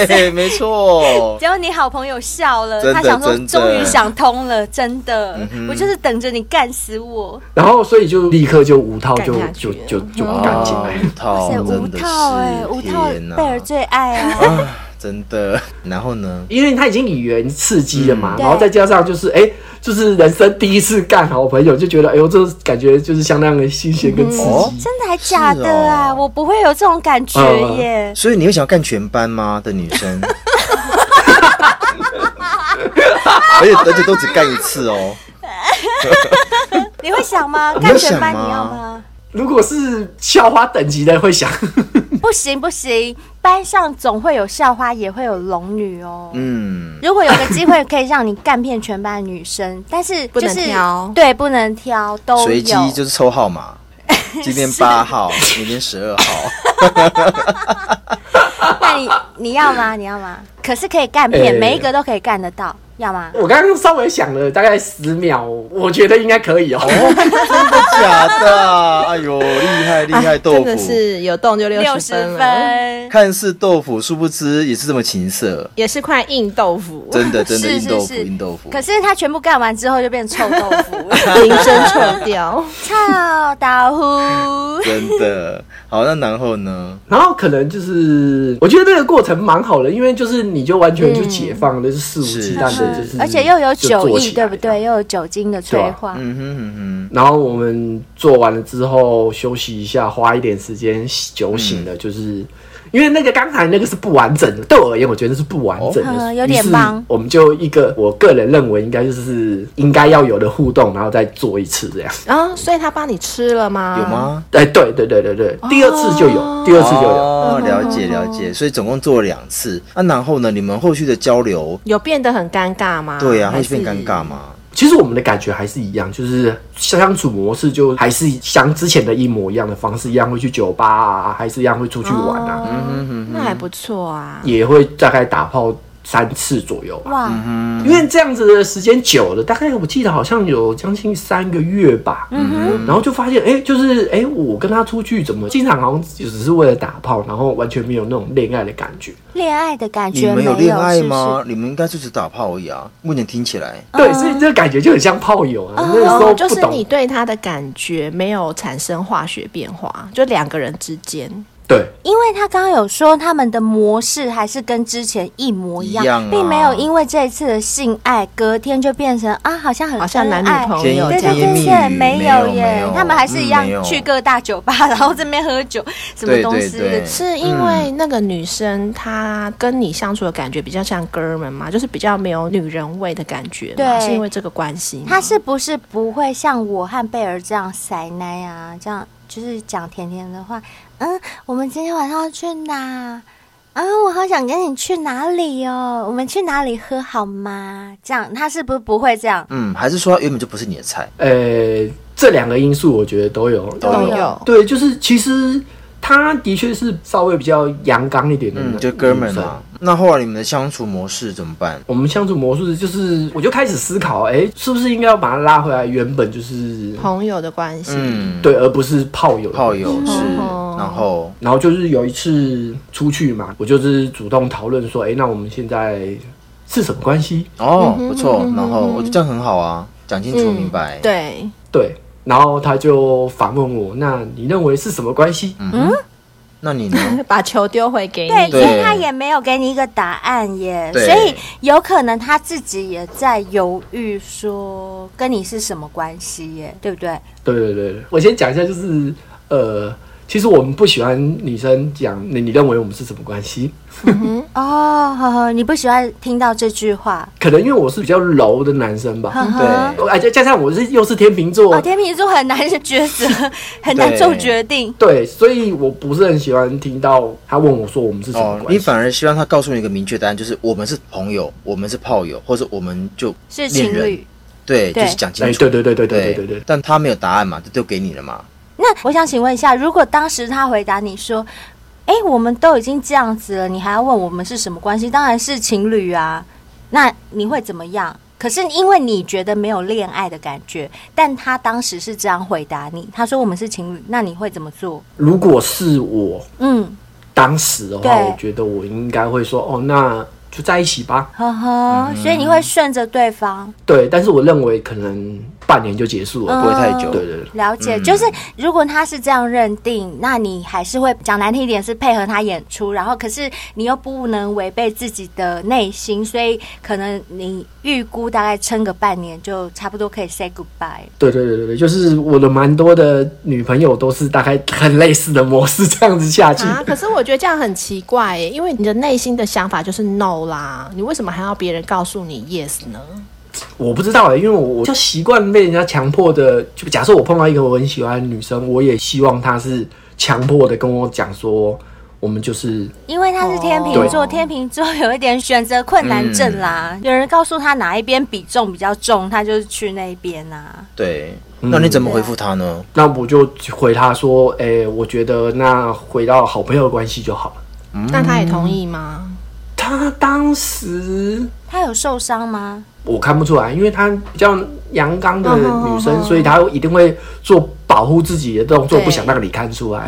[SPEAKER 2] 对，没错。
[SPEAKER 3] 结果你好朋友笑了，
[SPEAKER 2] 真的
[SPEAKER 3] 他想说
[SPEAKER 2] 真的嗯
[SPEAKER 3] 终于想通了，真的，我就是等着你干死我。
[SPEAKER 5] 然后所以就立刻就五套就
[SPEAKER 4] 干下去
[SPEAKER 5] 就
[SPEAKER 4] 了
[SPEAKER 5] 就就
[SPEAKER 2] 嗯
[SPEAKER 5] 干进来。
[SPEAKER 2] 五套
[SPEAKER 3] 哇塞，
[SPEAKER 2] 哦真
[SPEAKER 3] 吴
[SPEAKER 2] 的
[SPEAKER 3] 套哎，
[SPEAKER 2] 是
[SPEAKER 3] 吴套
[SPEAKER 2] 天哪
[SPEAKER 3] 贝尔最爱 啊，
[SPEAKER 2] 啊，真的。然后呢？
[SPEAKER 5] 因为他已经语言刺激了嘛，
[SPEAKER 3] 对
[SPEAKER 5] 然后再加上就是哎、就是人生第一次干好朋友，就觉得哎呦，这感觉就是相当的新鲜跟刺激。
[SPEAKER 2] 哦，
[SPEAKER 3] 真的还假的啊？
[SPEAKER 2] 是哦
[SPEAKER 3] 我不会有这种感觉
[SPEAKER 5] 嗯
[SPEAKER 3] 耶。
[SPEAKER 2] 所以你会想要干全班吗的女生？ 而且而且都只干一次哦。
[SPEAKER 3] 你会 想吗？
[SPEAKER 2] 你会
[SPEAKER 3] 干全班你
[SPEAKER 2] 想吗
[SPEAKER 3] 要吗？
[SPEAKER 5] 如果是校花等级的，会想
[SPEAKER 3] 不行不行，班上总会有校花，也会有龙女哦。
[SPEAKER 2] 嗯，
[SPEAKER 3] 如果有个机会可以让你干遍全班的女生，但是
[SPEAKER 4] 不
[SPEAKER 3] 就
[SPEAKER 4] 能
[SPEAKER 3] 是
[SPEAKER 4] 挑
[SPEAKER 3] 对，不能挑，都
[SPEAKER 2] 随机
[SPEAKER 3] 哦有。
[SPEAKER 2] 就是抽号 码，今天八号，明天十二号。
[SPEAKER 3] 那你 你要吗？你要吗？可是可以干遍，
[SPEAKER 5] 哎
[SPEAKER 3] 每一个都可以干得到，要吗？
[SPEAKER 5] 我刚刚稍微想了大概十秒，我觉得应该可以哦。
[SPEAKER 2] 真的假的？哎呦，厉害
[SPEAKER 3] 啊
[SPEAKER 2] 厉害，豆
[SPEAKER 4] 真
[SPEAKER 2] 腐
[SPEAKER 4] 的是有动就六十分
[SPEAKER 3] 60
[SPEAKER 4] 了，
[SPEAKER 3] 分，
[SPEAKER 2] 看似豆腐，殊不知也是这么情色。
[SPEAKER 4] 也是块硬豆腐，
[SPEAKER 2] 真的真的
[SPEAKER 3] 是
[SPEAKER 2] 硬豆
[SPEAKER 3] 是
[SPEAKER 2] 腐
[SPEAKER 3] 是
[SPEAKER 2] 硬豆腐。
[SPEAKER 3] 可是他全部干完之后就变臭豆 腐，
[SPEAKER 4] 铃声臭掉。
[SPEAKER 3] 臭豆腐。
[SPEAKER 2] 真的好，那然后呢？
[SPEAKER 5] 然后可能就是，我觉得这个过程蛮好的，因为就是你就完全就解放了，就是肆无忌惮的，就是
[SPEAKER 3] 而且又有
[SPEAKER 5] 就做
[SPEAKER 3] 酒意，
[SPEAKER 5] 起来
[SPEAKER 3] 对不对？又有酒精的
[SPEAKER 5] 对
[SPEAKER 3] 催
[SPEAKER 5] 啊
[SPEAKER 3] 化，
[SPEAKER 2] 嗯哼嗯
[SPEAKER 5] 然后我们做完了之后休息一下，花一点时间酒醒了，就是因为那个刚才那个是不完整的，对我而言，我觉得是不完整的，
[SPEAKER 3] 哦
[SPEAKER 5] 于是
[SPEAKER 3] 有点忙
[SPEAKER 5] 我们就一个我个人认为应该就是应该要有的互动，然后再做一次这样。
[SPEAKER 4] 然后，所以他帮你吃了吗？
[SPEAKER 2] 哼，有？吗？
[SPEAKER 3] 啊
[SPEAKER 5] 哎，对对对对对，
[SPEAKER 4] 哦
[SPEAKER 5] 第二次就有，第二次就有。
[SPEAKER 2] 哦，
[SPEAKER 3] 嗯
[SPEAKER 2] 了解了解，所以总共做了两次。那然后呢？你们后续的交流，
[SPEAKER 4] 有变得很尴尬吗？
[SPEAKER 2] 对呀、啊，
[SPEAKER 4] 还
[SPEAKER 2] 会
[SPEAKER 4] 是
[SPEAKER 2] 变尴尬？吗？
[SPEAKER 5] 其实我们的感觉还是一样，就是相处模式就还是像之前的一模一样的方式，一样会去酒吧啊，还是一样会出去玩啊。
[SPEAKER 2] 嗯
[SPEAKER 4] 哦，那还不错啊。
[SPEAKER 5] 也会大概打炮三次左右吧。
[SPEAKER 3] 哇，
[SPEAKER 4] 嗯
[SPEAKER 5] 因为这样子的时间久了，大概我记得好像有将近三个月吧。嗯然后就发现，哎、就是哎、我跟他出去怎么经常好像只是为了打炮，然后完全没有那种恋爱的感觉。
[SPEAKER 3] 恋爱的感
[SPEAKER 2] 你
[SPEAKER 3] 觉
[SPEAKER 2] 们
[SPEAKER 3] 没有
[SPEAKER 2] 恋爱
[SPEAKER 3] 是不是
[SPEAKER 2] 吗？你们应该就是打炮而已啊。目前听起来，
[SPEAKER 5] 对，所以这个感觉就很像炮友啊。那个时候
[SPEAKER 4] 嗯哦，就
[SPEAKER 5] 不
[SPEAKER 4] 是
[SPEAKER 5] 懂，
[SPEAKER 4] 你对他的感觉没有产生化学变化，就两个人之间，
[SPEAKER 5] 对
[SPEAKER 3] 因为他刚刚有说他们的模式还是跟之前一模一样，
[SPEAKER 2] 一样啊
[SPEAKER 3] 并没有因为这一次的性爱，隔天就变成啊，好像很
[SPEAKER 4] 好像男女
[SPEAKER 3] 恩爱
[SPEAKER 4] 朋
[SPEAKER 2] 甜
[SPEAKER 4] 友
[SPEAKER 3] 对
[SPEAKER 4] 这
[SPEAKER 3] 对
[SPEAKER 4] 样
[SPEAKER 2] 甜言蜜
[SPEAKER 3] 对
[SPEAKER 2] 语
[SPEAKER 3] 对，
[SPEAKER 2] 没
[SPEAKER 3] 有
[SPEAKER 2] 没
[SPEAKER 3] 耶
[SPEAKER 2] 有，
[SPEAKER 3] 他们还是一样
[SPEAKER 2] 嗯没有
[SPEAKER 3] 去各大酒吧， 然后这边喝酒，什么
[SPEAKER 2] 对
[SPEAKER 3] 东
[SPEAKER 2] 对
[SPEAKER 3] 西的
[SPEAKER 2] 对，
[SPEAKER 4] 是
[SPEAKER 5] 嗯
[SPEAKER 4] 因为那个女生她跟你相处的感觉比较像哥们嘛，就是比较没有女人味的感觉嘛，
[SPEAKER 3] 对
[SPEAKER 4] 是因为这个关系吗。
[SPEAKER 3] 他是不是不会像我和贝尔这样塞奶啊？这样就是讲甜甜的话。嗯，我们今天晚上要去哪？啊，我好想跟你去哪里哦！我们去哪里喝好吗？这样他是不是不会这样？
[SPEAKER 2] 嗯，还是说他原本就不是你的菜？
[SPEAKER 5] 呃，这两个因素我觉得都有，
[SPEAKER 4] 都
[SPEAKER 2] 有
[SPEAKER 4] 有
[SPEAKER 5] 对，就是其实他的确是稍微比较阳刚一点的，
[SPEAKER 2] 嗯，就哥们儿。嘛。那后来你们的相处模式怎么办？
[SPEAKER 5] 我们相处模式就是，我就开始思考，哎、是不是应该要把它拉回来？原本就是
[SPEAKER 4] 朋友的关系。
[SPEAKER 2] 嗯，
[SPEAKER 5] 对，而不是炮友。
[SPEAKER 2] 炮。友是，
[SPEAKER 4] 哦
[SPEAKER 2] 然后
[SPEAKER 5] 然后就是有一次出去嘛，我就是主动讨论说，哎、那我们现在是什么关系？
[SPEAKER 2] 哦不错，然后我觉得这样很好啊，讲清楚明白。
[SPEAKER 4] 对，
[SPEAKER 5] 对。然后他就反问我，那你认为是什么关系？
[SPEAKER 2] 嗯那你呢？
[SPEAKER 4] 把球丢回给
[SPEAKER 3] 对，
[SPEAKER 4] 你。
[SPEAKER 3] 因为他
[SPEAKER 2] 对
[SPEAKER 3] 也没有给你一个答案耶，
[SPEAKER 2] 对
[SPEAKER 3] 所以有可能他自己也在犹豫，说跟你是什么关系耶，对不对？
[SPEAKER 5] 对对对，对我先讲一下，就是呃，其实我们不喜欢女生讲你你认为我们是什么关系，
[SPEAKER 3] 哦，呵呵，你不喜欢听到这句话，
[SPEAKER 5] 可能因为我是比较柔的男生吧，
[SPEAKER 3] 呵呵。
[SPEAKER 2] 对，
[SPEAKER 5] 哎加加上我是又是天秤座，
[SPEAKER 3] 嗯哦，天秤座很难抉 择，很难
[SPEAKER 2] 对
[SPEAKER 3] 做决定。
[SPEAKER 5] 对，所以我不是很喜欢听到他问我说我们是什么
[SPEAKER 2] 哦，
[SPEAKER 5] 关
[SPEAKER 2] 你
[SPEAKER 5] 系。
[SPEAKER 2] 反而希望他告诉你一个明确答案，就是我们是朋友，我们是炮友，或者我们就是恋
[SPEAKER 3] 情
[SPEAKER 2] 人
[SPEAKER 3] 侣，
[SPEAKER 2] 对，
[SPEAKER 3] 对
[SPEAKER 2] 就是讲清
[SPEAKER 5] 哎，
[SPEAKER 2] 楚。
[SPEAKER 5] 对对对对对对对对，
[SPEAKER 2] 但他没有答案嘛，就丢给你了嘛。
[SPEAKER 3] 那我想请问一下，如果当时他回答你说：“哎、我们都已经这样子了，你还要问我们是什么关系？当然是情侣啊。”那你会怎么样？可是因为你觉得没有恋爱的感觉，但他当时是这样回答你，他说我们是情侣，那你会怎么做？
[SPEAKER 5] 如果是我
[SPEAKER 3] 嗯，
[SPEAKER 5] 当时的话，
[SPEAKER 3] 对
[SPEAKER 5] 我觉得我应该会说哦，那就在一起吧。
[SPEAKER 3] 呵
[SPEAKER 2] 嗯
[SPEAKER 3] 呵，所以你会顺着对方。
[SPEAKER 5] 对，但是我认为可能半年就结束
[SPEAKER 3] 嗯
[SPEAKER 5] 了，
[SPEAKER 2] 不会太久
[SPEAKER 5] 对。对对。
[SPEAKER 3] 了解，就是如果他是这样认定，那你还是会讲难听一点是配合他演出，然后可是你又不能违背自己的内心，所以可能你预估大概撑个半年就差不多可以 say goodbye。
[SPEAKER 5] 对对对对对，就是我的蛮多的女朋友都是大概很类似的模式这样子下去。
[SPEAKER 4] 啊，可是我觉得这样很奇怪耶，因为你的内心的想法就是 no 啦，你为什么还要别人告诉你 yes 呢？
[SPEAKER 5] 我不知道哎、因为我我就习惯被人家强迫的，就假设我碰到一个我很喜欢的女生，我也希望她是强迫的跟我讲说，我们就是
[SPEAKER 3] 因为他是天秤座，天秤座有一点选择困难症啦。有人告诉他哪一边比重比较重，他就是去那一边啊。
[SPEAKER 2] 对，
[SPEAKER 5] 嗯
[SPEAKER 2] 那你怎么回复他呢？
[SPEAKER 5] 那我就回他说，哎、我觉得那回到好朋友的关系就好了。
[SPEAKER 4] 那他也同意吗？
[SPEAKER 5] 他当时
[SPEAKER 3] 他有受伤吗？
[SPEAKER 5] 我看不出来，因为她比较阳刚的女生，所以她一定会做保护自己的动作，
[SPEAKER 4] 对
[SPEAKER 5] 不想让你看出来。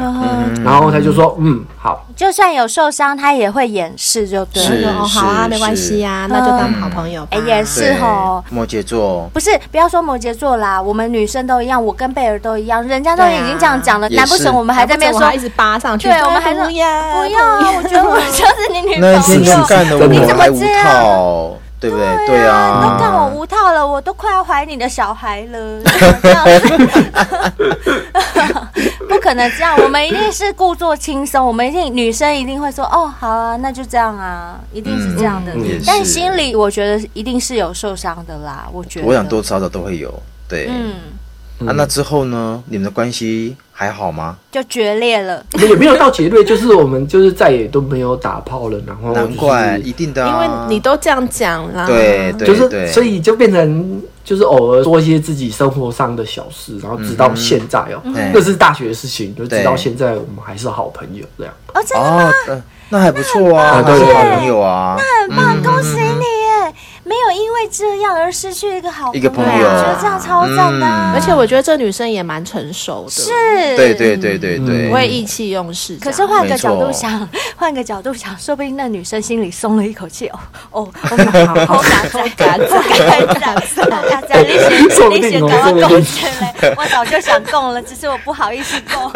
[SPEAKER 5] 然后她就说，嗯，好，
[SPEAKER 3] 就算有受伤，他也会掩饰，就对
[SPEAKER 4] 他
[SPEAKER 2] 是
[SPEAKER 4] 说
[SPEAKER 3] 了。
[SPEAKER 4] 哦好啊，
[SPEAKER 2] 是
[SPEAKER 4] 没关系呀、那就当好朋友吧。
[SPEAKER 3] 哎、也是
[SPEAKER 2] 对
[SPEAKER 3] 哦。
[SPEAKER 2] 摩羯 座，
[SPEAKER 3] 不是，不要说摩羯座啦，我们女生都一样，我跟贝尔都一样，人家都已经这样讲了，
[SPEAKER 2] 对啊
[SPEAKER 3] 难不成我们还在那边
[SPEAKER 4] 要不
[SPEAKER 3] 说
[SPEAKER 4] 然我还一直扒上去，哎
[SPEAKER 3] 对，我们还说
[SPEAKER 4] 不要
[SPEAKER 3] 不要啊，我觉 得我就是你女朋
[SPEAKER 2] 那一天
[SPEAKER 3] 友
[SPEAKER 2] 就，干了
[SPEAKER 5] 你
[SPEAKER 2] 我
[SPEAKER 3] 怎么
[SPEAKER 2] 还无
[SPEAKER 3] 这样啊
[SPEAKER 2] 套，对不对？对
[SPEAKER 3] 都干我
[SPEAKER 2] 啊，
[SPEAKER 3] 无套了，我都快要怀你的小孩 了，这样子不可能这样，我们一定是故作轻松，我们一定女生一定会说哦，好啊，那就这样啊，一定是这样的，
[SPEAKER 2] 嗯也是
[SPEAKER 3] 但心里我觉得一定是有受伤的啦，我觉得，
[SPEAKER 2] 我想多多少少都会有。对，
[SPEAKER 3] 嗯，
[SPEAKER 2] 啊，那之后呢？你们的关系还好吗？
[SPEAKER 3] 就决裂了。
[SPEAKER 5] 也没有到结论，就是我们就是再也都没有打炮了。然哦后、就是、嗯
[SPEAKER 2] 难怪，一定的
[SPEAKER 4] 因为
[SPEAKER 2] 啊，
[SPEAKER 4] 你都这样讲啦。
[SPEAKER 2] 对对
[SPEAKER 5] 就是
[SPEAKER 2] 对，
[SPEAKER 5] 所以就变成就是偶尔做一些自己生活上的小事，然后直到现在哦、
[SPEAKER 2] 哼
[SPEAKER 5] 那是大学的事情，就直到
[SPEAKER 2] 对
[SPEAKER 5] 现在我们还是好朋友这样。
[SPEAKER 3] 哦，真的
[SPEAKER 2] 哦，呃那还不错啊，还
[SPEAKER 5] 那很
[SPEAKER 2] 是
[SPEAKER 5] 棒
[SPEAKER 2] 好朋友啊，
[SPEAKER 3] 很棒，恭喜你耶！没有因为这样而失去一个好
[SPEAKER 2] 一个朋
[SPEAKER 3] 友，
[SPEAKER 2] 友
[SPEAKER 3] 我觉得这样超赞的啊、
[SPEAKER 2] 嗯
[SPEAKER 4] 而且我觉得这女生也蛮成熟的，是
[SPEAKER 3] 是，
[SPEAKER 2] 对对对对
[SPEAKER 4] 不
[SPEAKER 5] 嗯
[SPEAKER 2] 对，
[SPEAKER 4] 会意气用事这
[SPEAKER 3] 可
[SPEAKER 4] 样。
[SPEAKER 3] 是换个
[SPEAKER 2] 没错
[SPEAKER 3] 角度想，换个角度想，说不定那女生心里松了一口气哦哦，我们 好好敢再敢再敢再敢再，你先
[SPEAKER 5] 说不
[SPEAKER 3] 你
[SPEAKER 5] 定
[SPEAKER 3] 先
[SPEAKER 5] 哦
[SPEAKER 3] 赶快
[SPEAKER 5] 说不定
[SPEAKER 3] 供起来，我早就想供了，只是我不好意思供，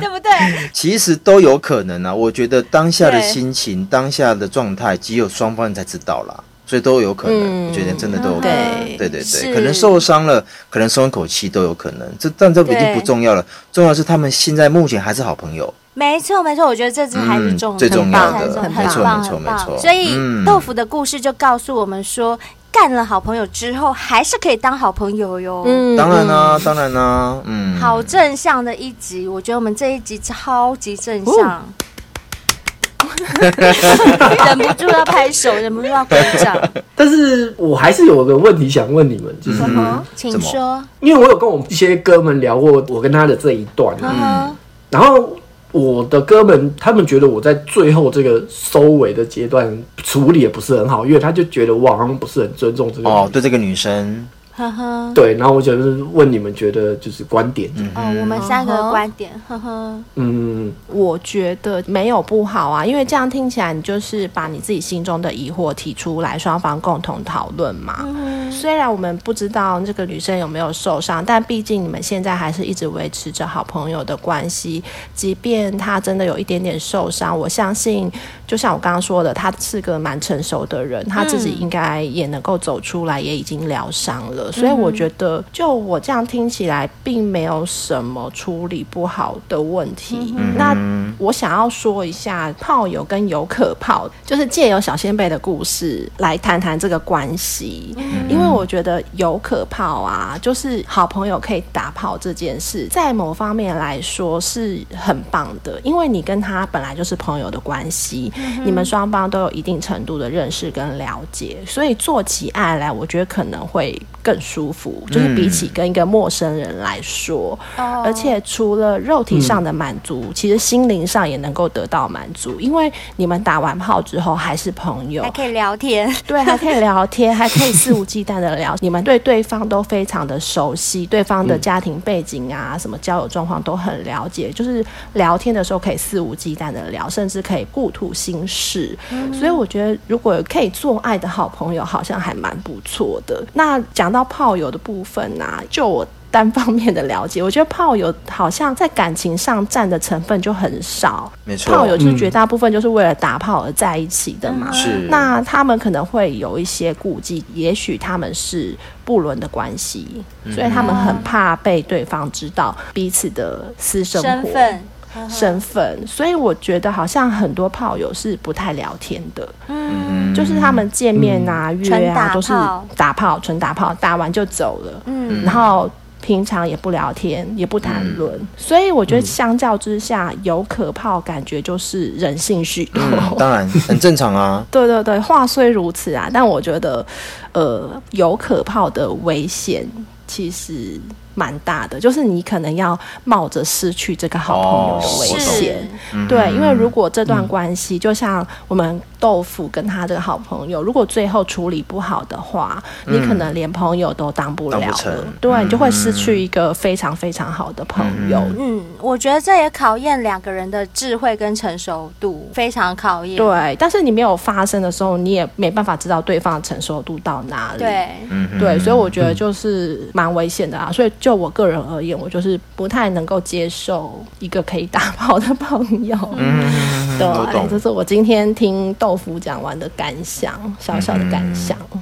[SPEAKER 3] 对不对？
[SPEAKER 2] 其实都有可能啊。我觉得当下的
[SPEAKER 3] 对
[SPEAKER 2] 心情、当下的状态，只有双方人才知道啦，所以都有可能。
[SPEAKER 4] 嗯
[SPEAKER 2] 我觉得真的都有可能。
[SPEAKER 4] 对
[SPEAKER 2] 对对
[SPEAKER 3] 是
[SPEAKER 2] 对，可能受伤了，可能松一口气都有可能。这但这已经不
[SPEAKER 3] 对
[SPEAKER 2] 重要了，重要是他们现在目前还是好朋友。
[SPEAKER 3] 没错，没错，我觉得这只还是重、
[SPEAKER 2] 嗯最重
[SPEAKER 4] 要的
[SPEAKER 3] 很棒
[SPEAKER 4] 很
[SPEAKER 3] 很
[SPEAKER 4] 棒
[SPEAKER 3] 棒
[SPEAKER 2] 没错
[SPEAKER 3] 很棒
[SPEAKER 2] 没错
[SPEAKER 3] 所以、
[SPEAKER 2] 嗯
[SPEAKER 3] 豆腐的故事就告诉我们说，干了好朋友之后，还是可以当好朋友哟。嗯。
[SPEAKER 4] 嗯
[SPEAKER 2] 当然啦、当然啦、嗯，
[SPEAKER 3] 好正向的一集，我觉得我们这一集超级正向， 忍不住要拍手，忍不住要鼓掌。
[SPEAKER 5] 但是我还是有个问题想问你们，就是、
[SPEAKER 2] 嗯，
[SPEAKER 3] 请
[SPEAKER 2] 怎么
[SPEAKER 3] 说，
[SPEAKER 5] 因为我有跟我一些哥们聊过我跟他的这一段，啊
[SPEAKER 3] 嗯哼，
[SPEAKER 5] 然后我的哥们他们觉得我在最后这个收尾的阶段处理也不是很好，因为他就觉得我好像不是很尊重
[SPEAKER 4] 嗯
[SPEAKER 5] 这个
[SPEAKER 2] 哦，
[SPEAKER 5] 女
[SPEAKER 2] 对这个女生，
[SPEAKER 3] 呵呵。
[SPEAKER 5] 对，然后我就是问你们觉得就是观点，
[SPEAKER 3] 哦，我们三个
[SPEAKER 4] 嗯
[SPEAKER 3] 的观点，
[SPEAKER 2] 哦
[SPEAKER 3] 呵呵，
[SPEAKER 5] 嗯，
[SPEAKER 4] 我觉得没有不好啊，因为这样听起来你就是把你自己心中的疑惑提出来，双方共同讨论嘛。虽然我们不知道这个女生有没有受伤，但毕竟你们现在还是一直维持着好朋友的关系。即便她真的有一点点受伤，我相信，就像我刚刚说的，她是个蛮成熟的人，她自己应该也能够走出来，也已经疗伤了。所以我觉得，就我这样听起来，并没有什么处理不好的问题。那我想要说一下炮友跟
[SPEAKER 3] 嗯
[SPEAKER 4] 有可炮，就是借由小先辈的故事来谈谈这个关系，因为我觉得有可炮啊，就是好朋友可以打炮这件事，在某方面来说是很棒的，因为你跟他本来就是朋友的关系，
[SPEAKER 3] 嗯
[SPEAKER 4] 你们双方都有一定程度的认识跟了解，所以做起爱来，我觉得可能会更舒服，就是比起跟一个陌生人来说，
[SPEAKER 3] 哦
[SPEAKER 4] 而且除了肉体上的满足，其实心灵上也能够得到满足，因为你们打完炮之后还是朋友
[SPEAKER 3] 还，可以聊天，
[SPEAKER 4] 对，还可以聊天，还可以肆无忌惮的聊。你们对对方都非常的熟悉，对方
[SPEAKER 2] 嗯
[SPEAKER 4] 的家庭背景啊，什么交友状况都很了解，就是聊天的时候可以肆无忌惮的聊，甚至可以互吐心事。
[SPEAKER 2] 嗯
[SPEAKER 4] 所以我觉得，如果可以做爱的好朋友，好像还蛮不错的。那讲到炮友的部分啊，就我。单方面的了解，我觉得炮友好像在感情上占的成分就很少，
[SPEAKER 2] 没错嗯
[SPEAKER 4] 炮友就绝大部分就是为了打炮而在一起的嘛。
[SPEAKER 2] 是
[SPEAKER 4] 那他们可能会有一些顾忌，也许他们是不伦的关系，所以他们很怕被对方知道彼此的私生活、
[SPEAKER 3] 身份。
[SPEAKER 4] 身份所以我觉得好像很多炮友是不太聊天的，嗯，就是他们见面啊、约
[SPEAKER 3] 纯打
[SPEAKER 4] 啊
[SPEAKER 3] 炮
[SPEAKER 4] 都是打炮，纯打炮，打完就走了，嗯，然后。平常也不聊天，也不谈论，所以我觉得相较之下，有可炮感觉就是人性许多。
[SPEAKER 2] 嗯，当然很正常 啊。
[SPEAKER 4] 对对对，话虽如此啊，但我觉得，呃，有可泡的危险其实蛮大的，就是你可能要冒着失去这个好朋友
[SPEAKER 2] 哦
[SPEAKER 4] 的危险。
[SPEAKER 2] 嗯
[SPEAKER 4] 对，因为如果这段关系，就像我们豆腐跟他这个好朋友，如果最后处理不好的话，你可能连朋友都当不了
[SPEAKER 2] 当不成
[SPEAKER 4] 了，对，你就会失去一个非常非常好的朋友。
[SPEAKER 3] 嗯，我觉得这也考验两个人的智慧跟成熟度，非常考验。
[SPEAKER 4] 对，但是你没有发生的时候，你也没办法知道对方的承受度到哪里。
[SPEAKER 3] 对，
[SPEAKER 2] 嗯
[SPEAKER 4] 对，所以我觉得就是蛮危险的啊。所以就我个人而言，我就是不太能够接受一个可以打炮的朋友。嗯，对
[SPEAKER 2] 我懂
[SPEAKER 4] 啊，这是我今天听豆腐讲完的感想，小小的感想。
[SPEAKER 2] 嗯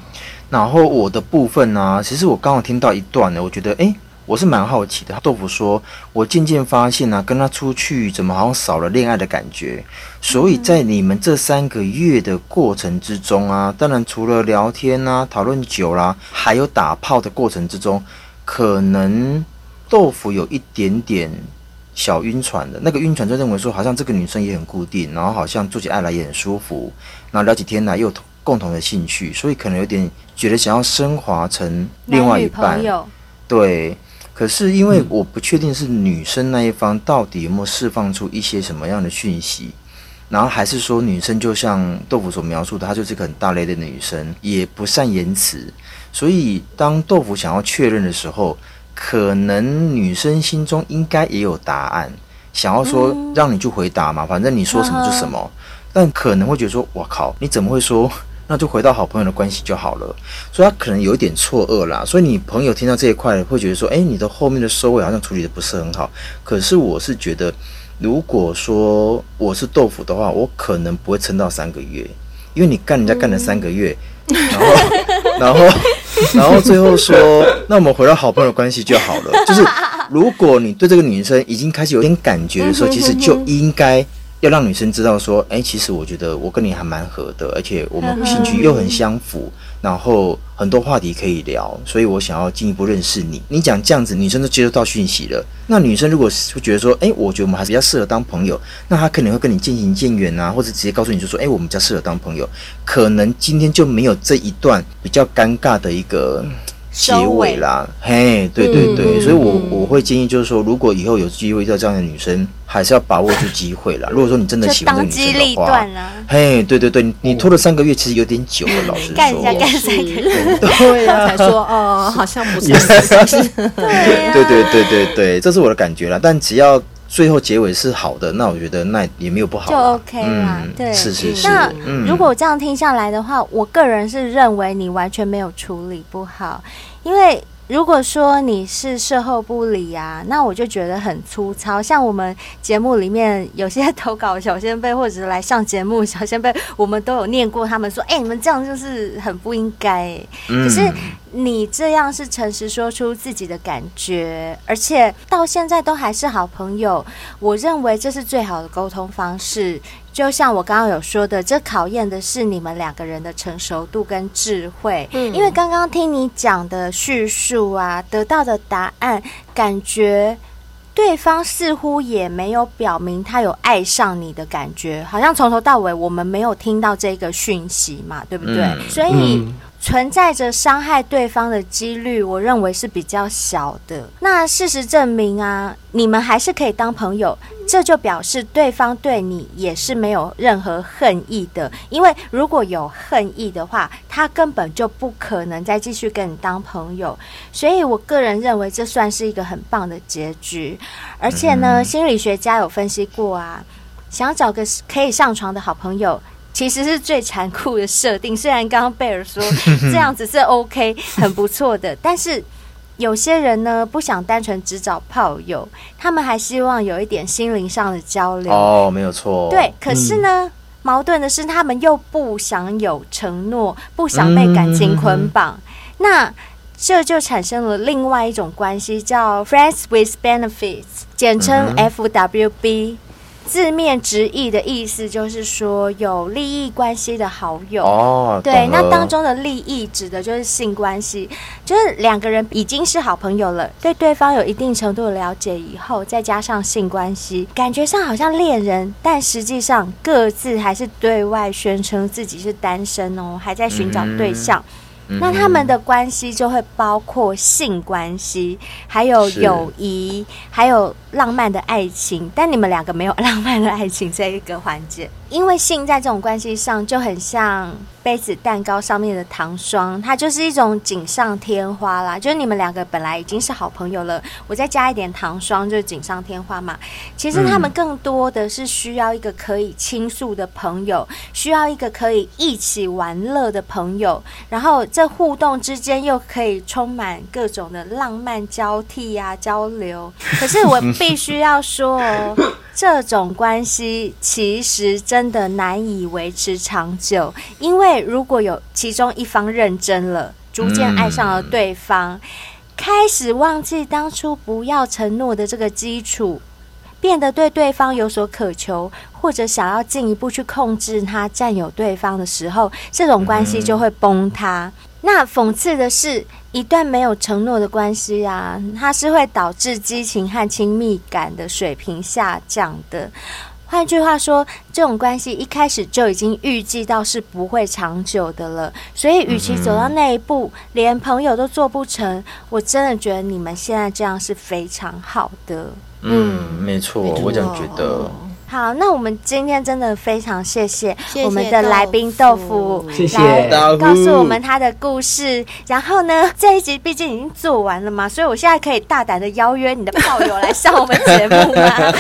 [SPEAKER 2] 然后我的部分呢、其实我刚好听到一段呢，我觉得诶，我是蛮好奇的。豆腐说，我渐渐发现呢、跟他出去怎么好像少了恋爱的感觉。所以在你们这三个月的过程之中啊，当然除了聊天啊、讨论酒啦、还有打炮的过程之中，可能豆腐有一点点小晕船的，那个晕船就认为说，好像这个女生也很固定，然后好像做起爱来也很舒服，然后聊起天来又有共同的兴趣，所以可能有点觉得想要升华成另外
[SPEAKER 3] 男
[SPEAKER 2] 一
[SPEAKER 3] 女
[SPEAKER 2] 半
[SPEAKER 3] 朋，友，
[SPEAKER 2] 对。可是因为我不确定是女生那一方到底有没有释放出一些什么样的讯息，然后还是说女生就像豆腐所描述的，她就是个很大类的女生，也不善言辞，所以当豆腐想要确认的时候，可能女生心中应该也有答案，想要说让你去回答嘛，反正你说什么就什么，但可能会觉得说，我靠，你怎么会说？ 那就回到好朋友的关系就好了，所以他可能有一点错愕啦。所以你朋友听到这一块会觉得说，哎、你的后面的收尾好像处理的不是很好。可是我是觉得，如果说我是豆腐的话，我可能不会撑到三个月，因为你干人家干了三个月，然后然后，然后最后说，那我们回到好朋友关系就好了。就是如果你对这个女生已经开始有点感觉的时候，其实就应该要让女生知道说，哎，其实我觉得我跟你还蛮合的，而且我们兴趣又很相符，然后很多话题可以聊，所以我想要进一步认识你。你讲这样子，女生都接收到讯息了。那女生如果是会觉得说，哎，我觉得我们还是比较适合当朋友，那她可能会跟你渐行渐远啊，或者直接告诉你就说，哎，我们比较适合当朋友。可能今天就没有这一段比较尴尬的一个嗯结
[SPEAKER 3] 收尾
[SPEAKER 2] 尾啦。嘿，对对对，
[SPEAKER 4] 嗯
[SPEAKER 2] 所以我
[SPEAKER 4] 嗯
[SPEAKER 2] 我会建议就是说，如果以后有机会遇到这样的女生，还是要把握住机会啦。如果说你真的
[SPEAKER 3] 就
[SPEAKER 2] 喜欢这个
[SPEAKER 3] 当
[SPEAKER 2] 女
[SPEAKER 3] 机
[SPEAKER 2] 生
[SPEAKER 3] 立
[SPEAKER 2] 的话
[SPEAKER 3] 断， 啊，
[SPEAKER 2] 嘿，对对对，你你拖了三个月，其实有点久了，老实
[SPEAKER 3] 干一下
[SPEAKER 2] 说
[SPEAKER 3] 干。
[SPEAKER 4] 也 是，对啊，才说哦，好像不是，
[SPEAKER 3] 对啊呀、
[SPEAKER 2] 对对对对对，这是我的感觉啦。但只要最后结尾是好的，那我觉得那也没有不好
[SPEAKER 3] 就
[SPEAKER 2] 啦，
[SPEAKER 3] OK 啦。
[SPEAKER 2] 嗯，
[SPEAKER 3] 对，
[SPEAKER 2] 是是是
[SPEAKER 3] 那。
[SPEAKER 2] 嗯，
[SPEAKER 3] 如果这样听下来的话，我个人是认为你完全没有处理不好，因为如果说你是事后不理啊，那我就觉得很粗糙。像我们节目里面有些投稿的小先辈，或者是来上节目的小先辈，我们都有念过他们说，哎、你们这样就是很不应该、欸
[SPEAKER 2] 嗯
[SPEAKER 3] 可是你这样是诚实说出自己的感觉，而且到现在都还是好朋友，我认为这是最好的沟通方式。就像我刚刚有说的，这考验的是你们两个人的成熟度跟智慧。
[SPEAKER 4] 嗯
[SPEAKER 3] 因为刚刚听你讲的叙述啊，得到的答案，感觉对方似乎也没有表明他有爱上你的感觉，好像从头到尾我们没有听到这个讯息嘛，对不对？
[SPEAKER 2] 嗯
[SPEAKER 3] 所以。存在着伤害对方的几率，我认为是比较小的。那事实证明啊，你们还是可以当朋友，这就表示对方对你也是没有任何恨意的。因为如果有恨意的话，他根本就不可能再继续跟你当朋友。所以我个人认为这算是一个很棒的结局。而且呢，心理学家有分析过啊，想找个可以上床的好朋友。其实是最残酷的设定，虽然刚刚贝尔说这样子是 OK，很不错的，但是有些人呢不想单纯只找炮友，他们还希望有一点心灵上的交流。
[SPEAKER 2] 哦，没有错，
[SPEAKER 3] 对，，可是呢，矛盾的是他们又不想有承诺，不想被感情捆绑，那这就产生了另外一种关系，叫 friends with benefits，简称 FWB。字面直译的意思就是说有利益关系的好友。
[SPEAKER 2] 哦，
[SPEAKER 3] 对，
[SPEAKER 2] 懂了
[SPEAKER 3] 那当中的利益指的就是性关系，就是两个人已经是好朋友了，对对方有一定程度的了解以后，再加上性关系，感觉上好像恋人，但实际上各自还是对外宣称自己是单身哦，还在寻找对象。
[SPEAKER 2] 嗯
[SPEAKER 3] 那他们的关系就会包括性关系，还有
[SPEAKER 2] 是
[SPEAKER 3] 友谊，还有浪漫的爱情。但你们两个没有浪漫的爱情这一个环节，因为性在这种关系上就很像杯子蛋糕上面的糖霜，它就是一种锦上添花啦。就是你们两个本来已经是好朋友了，我再加一点糖霜，就是锦上添花嘛。其实他们更多的是需要一个可以倾诉的朋友，需要一个可以一起玩乐的朋友，然后这互动之间又可以充满各种的浪漫交替呀、交流。可是我必须要说哦，这种关系其实真的难以维持长久，因为如果有其中一方认真了，逐渐爱上了对方。开始忘记当初不要承诺的这个基础，变得对对方有所渴求，或者想要进一步去控制他、占有对方的时候，这种关系就会崩塌。那讽刺的是，一段没有承诺的关系啊，它是会导致激情和亲密感的水平下降的。换句话说，这种关系一开始就已经预计到是不会长久的了，所以与其走到那一步，连朋友都做不成，我真的觉得你们现在这样是非常好的。
[SPEAKER 2] 嗯，没错，我这样觉得，
[SPEAKER 3] 好，那我们今天真的非常谢谢
[SPEAKER 4] 谢谢
[SPEAKER 3] 我们的来宾豆腐
[SPEAKER 4] 豆腐
[SPEAKER 5] 谢谢
[SPEAKER 3] 来
[SPEAKER 2] 豆腐
[SPEAKER 3] 告诉我们他的故事。然后呢，这一集毕竟已经做完了嘛，所以我现在可以大胆的邀约你的炮友来上我们节目吗？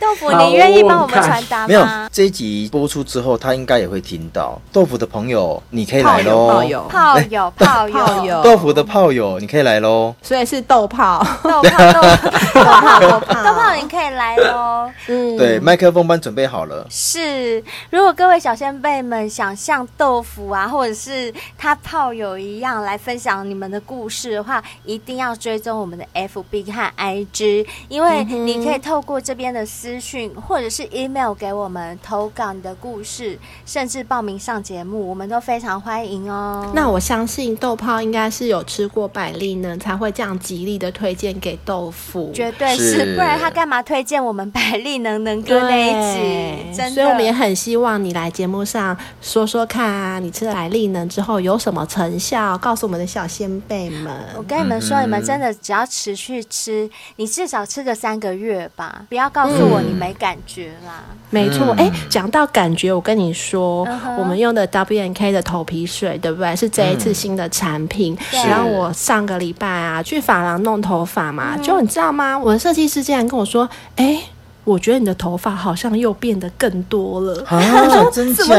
[SPEAKER 3] 豆腐，
[SPEAKER 5] 好
[SPEAKER 3] 你愿意帮我们
[SPEAKER 5] 我看
[SPEAKER 3] 传达
[SPEAKER 2] 没有
[SPEAKER 3] 吗？
[SPEAKER 2] 这一集播出之后，他应该也会听到。豆腐的朋友，你可以
[SPEAKER 4] 炮
[SPEAKER 2] 来
[SPEAKER 4] 友，
[SPEAKER 2] 喽
[SPEAKER 4] 炮；友，
[SPEAKER 3] 炮友，炮友，
[SPEAKER 4] 炮友
[SPEAKER 2] 豆腐的炮友，你可以来喽。
[SPEAKER 4] 所以是豆泡，
[SPEAKER 3] 豆泡，豆泡，豆泡，豆
[SPEAKER 4] 泡
[SPEAKER 3] 泡，你可以来喽。
[SPEAKER 4] 嗯，
[SPEAKER 2] 对，麦克风班准备好了。
[SPEAKER 3] 是，如果各位小先辈们想像豆腐啊，或者是他炮友一样来分享你们的故事的话，一定要追踪我们的 FB 和 IG，因为你
[SPEAKER 4] 嗯
[SPEAKER 3] 可以透过这边的私讯或者是 email 给我们投稿你的故事，甚至报名上节目，我们都非常欢迎哦。
[SPEAKER 4] 那我相信豆泡应该是有吃过百利呢，才会这样极力的推荐给豆腐。
[SPEAKER 3] 绝对是，
[SPEAKER 2] 是
[SPEAKER 3] 不然他干嘛推荐我们百利能能
[SPEAKER 4] 对
[SPEAKER 3] 哥那一集？真的，
[SPEAKER 4] 所以我们也很希望你来节目上说说看啊，你吃了百利能之后有什么成效，告诉我们的小先辈们。
[SPEAKER 3] 我跟你们说，
[SPEAKER 2] 嗯
[SPEAKER 3] 你们真的只要持续吃，你至少吃个三个月吧，不要告诉我你没感觉啦。
[SPEAKER 4] 没错，
[SPEAKER 2] 嗯
[SPEAKER 4] 哎、讲到感觉，我跟你说
[SPEAKER 3] 嗯哼
[SPEAKER 4] 我们用的 W N K 的头皮水，对不对？是这一次新的产品。
[SPEAKER 3] 对
[SPEAKER 4] 然后我上个礼拜啊，去发廊弄头发嘛，就你知道吗？我的设计师竟然跟我说，哎、我觉得你的头发好像又变得更多了。
[SPEAKER 2] 啊，真假？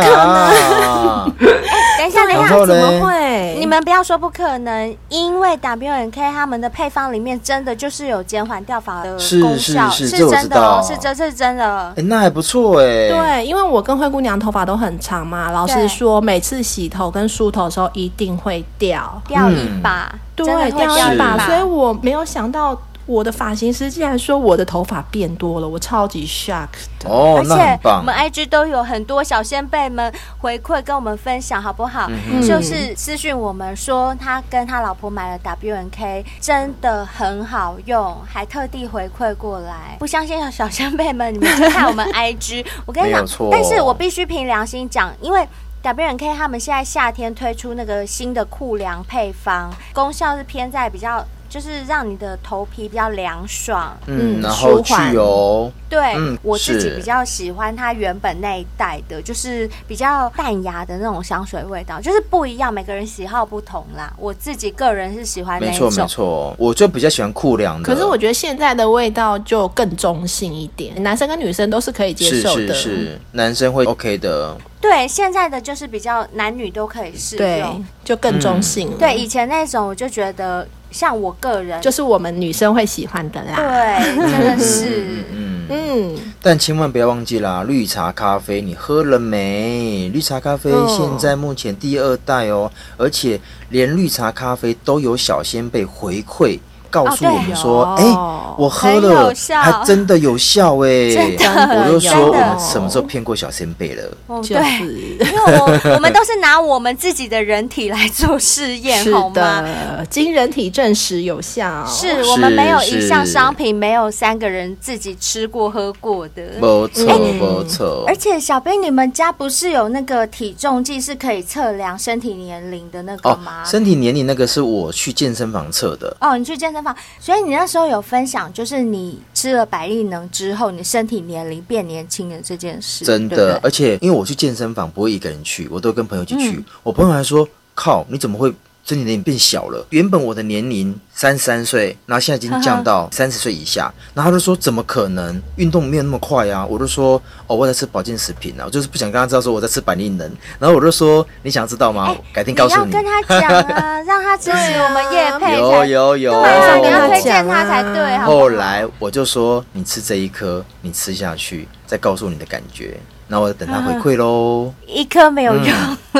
[SPEAKER 3] 等一下，等一
[SPEAKER 2] 然后呢
[SPEAKER 3] 下，
[SPEAKER 4] 怎么会？
[SPEAKER 3] 你们不要说不可能，因为 W N K 他们的配方里面真的就是有减缓掉发的
[SPEAKER 2] 是
[SPEAKER 3] 功效，
[SPEAKER 2] 是是这我
[SPEAKER 3] 真
[SPEAKER 2] 知
[SPEAKER 3] 的
[SPEAKER 2] 道，
[SPEAKER 3] 哦是真，是真的
[SPEAKER 2] 哎，。那还不错哎。
[SPEAKER 4] 对，因为我跟灰姑娘头发都很长嘛，老
[SPEAKER 3] 对
[SPEAKER 4] 实说，每次洗头跟梳头的时候一定会掉。
[SPEAKER 3] 掉一把，
[SPEAKER 4] 对
[SPEAKER 3] 真的，会
[SPEAKER 4] 掉
[SPEAKER 3] 掉
[SPEAKER 4] 一
[SPEAKER 3] 一
[SPEAKER 4] 把，
[SPEAKER 3] 把，
[SPEAKER 4] 所以我没有想到我的发型师竟然说我的头发变多了，我超级 shock 的。
[SPEAKER 2] 哦
[SPEAKER 3] 而，
[SPEAKER 2] 那很
[SPEAKER 3] 且我
[SPEAKER 2] 棒
[SPEAKER 3] 们。IG 都有很多小先辈们回馈跟我们分享，好不好？
[SPEAKER 2] 嗯
[SPEAKER 3] 就是私讯我们说他跟他老婆买了 WNK，真的很好用，还特地回馈过来。不相信的小先辈们，你们去看 我们 IG，我跟你
[SPEAKER 2] 没
[SPEAKER 3] 讲
[SPEAKER 2] 有错，
[SPEAKER 3] 但是我必须凭良心讲，因为。WNK 他们现在夏天推出那个新的酷凉配方，功效是偏在比较，就是让你的头皮比较凉爽，
[SPEAKER 2] 嗯，
[SPEAKER 4] 嗯
[SPEAKER 2] 然后
[SPEAKER 4] 舒
[SPEAKER 2] 去
[SPEAKER 4] 缓
[SPEAKER 2] 油，
[SPEAKER 3] 对、
[SPEAKER 2] 嗯
[SPEAKER 3] 我自己
[SPEAKER 2] 是
[SPEAKER 3] 比较喜欢它原本那一代的，就是比较淡雅的那种香水味道，就是不一样，每个人喜好不同啦。我自己个人是喜欢那
[SPEAKER 2] 没
[SPEAKER 3] 一
[SPEAKER 2] 错没
[SPEAKER 3] 种，
[SPEAKER 2] 错，我就比较喜欢酷凉的。
[SPEAKER 4] 可是我觉得现在的味道就更中性一点，男生跟女生都是可以接
[SPEAKER 2] 是
[SPEAKER 4] 受
[SPEAKER 2] 是
[SPEAKER 4] 的。
[SPEAKER 2] 是，男生会 OK 的，
[SPEAKER 3] 对，现在的就是比较男女都可以适
[SPEAKER 4] 对
[SPEAKER 3] 用。，
[SPEAKER 4] 就更中性了。
[SPEAKER 3] 对，以前那种我就觉得，像我个人，
[SPEAKER 4] 就是我们女生会喜欢的啦。
[SPEAKER 3] 对，真的是。
[SPEAKER 2] 嗯。
[SPEAKER 4] 嗯，
[SPEAKER 2] 但千万不要忘记啦，绿茶咖啡你喝了没？绿茶咖啡
[SPEAKER 4] 嗯
[SPEAKER 2] 现在目前第二代哦，而且连绿茶咖啡都有小先辈回馈。告诉我们说，
[SPEAKER 4] 哦
[SPEAKER 2] 哎、
[SPEAKER 4] 对
[SPEAKER 2] 我喝
[SPEAKER 3] 很有
[SPEAKER 2] 了，
[SPEAKER 3] 效
[SPEAKER 2] 还真的有效 哎、
[SPEAKER 3] 真
[SPEAKER 4] 的嗯
[SPEAKER 2] 我都说
[SPEAKER 3] 有
[SPEAKER 2] 我们什么时候骗过小先辈了？
[SPEAKER 3] 哦，
[SPEAKER 4] 就
[SPEAKER 3] 对，
[SPEAKER 4] 是。
[SPEAKER 3] 因为我我们都是拿我们自己的人体来做试验，
[SPEAKER 4] 是
[SPEAKER 3] 好吗？
[SPEAKER 4] 的，经人体证实有效。
[SPEAKER 3] 是我们没有一项
[SPEAKER 2] 是
[SPEAKER 3] 商品没有三个人自己吃过喝过的。
[SPEAKER 2] 没错，
[SPEAKER 4] 嗯
[SPEAKER 2] 没错
[SPEAKER 3] 而，且小兵，你们家不是有那个体重计是可以测量身体年龄的那个
[SPEAKER 2] 哦
[SPEAKER 3] 吗，？
[SPEAKER 2] 身体年龄那个是我去健身房测的，
[SPEAKER 3] 哦，你去健身房，所以你那时候有分享，就是你吃了百利能之后，你身体年龄变年轻了这件事，
[SPEAKER 2] 真的，
[SPEAKER 3] 对不对
[SPEAKER 2] 而且因为我去健身房不会一个人去，我都跟朋友一起去。
[SPEAKER 3] 嗯
[SPEAKER 2] 我朋友还说：“靠，你怎么会身体年龄变小了？原本我的年龄三十三岁，然后现在已经降 到三十岁以下。然后他就说：“怎么可能？运动没有那么快啊！”我就说：“哦，我在吃保健食品啊，我就是不想跟他知道说我在吃百利能。”然后我就说：“你想知道吗？
[SPEAKER 3] 哎
[SPEAKER 2] 我改天告
[SPEAKER 3] 你
[SPEAKER 2] 诉
[SPEAKER 3] 要
[SPEAKER 2] 你。
[SPEAKER 3] 跟他讲 啊，让他支持我们叶佩才
[SPEAKER 2] 有有有，
[SPEAKER 3] 对啊，
[SPEAKER 4] 我
[SPEAKER 3] 你要
[SPEAKER 4] 跟他
[SPEAKER 3] 推荐
[SPEAKER 4] 讲
[SPEAKER 3] 他
[SPEAKER 4] 啊
[SPEAKER 3] 才对，哎好不好
[SPEAKER 2] 后来我就说，你吃这一颗，你吃下去，再告诉你的感觉。然后我等他回馈喽。
[SPEAKER 3] 一颗没
[SPEAKER 2] 嗯
[SPEAKER 3] 有用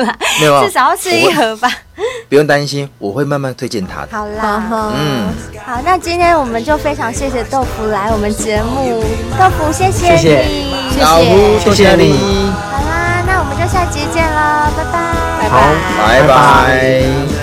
[SPEAKER 3] 啦，
[SPEAKER 2] 没有啊，
[SPEAKER 3] 嗯至少要吃
[SPEAKER 2] 我
[SPEAKER 3] 一
[SPEAKER 2] 会
[SPEAKER 3] 盒吧。
[SPEAKER 2] 不用担心，我会慢慢推荐他的。
[SPEAKER 3] 好啦，
[SPEAKER 2] 嗯，
[SPEAKER 3] 好，那今天我们就非常谢谢豆腐来我们节目，豆腐谢谢
[SPEAKER 5] 谢谢
[SPEAKER 3] 你，
[SPEAKER 4] 谢
[SPEAKER 2] 老虎，
[SPEAKER 4] 谢
[SPEAKER 2] 谢谢你，
[SPEAKER 3] 好啦，那我们就下集见喽，拜拜，拜
[SPEAKER 5] 好，
[SPEAKER 2] 拜拜。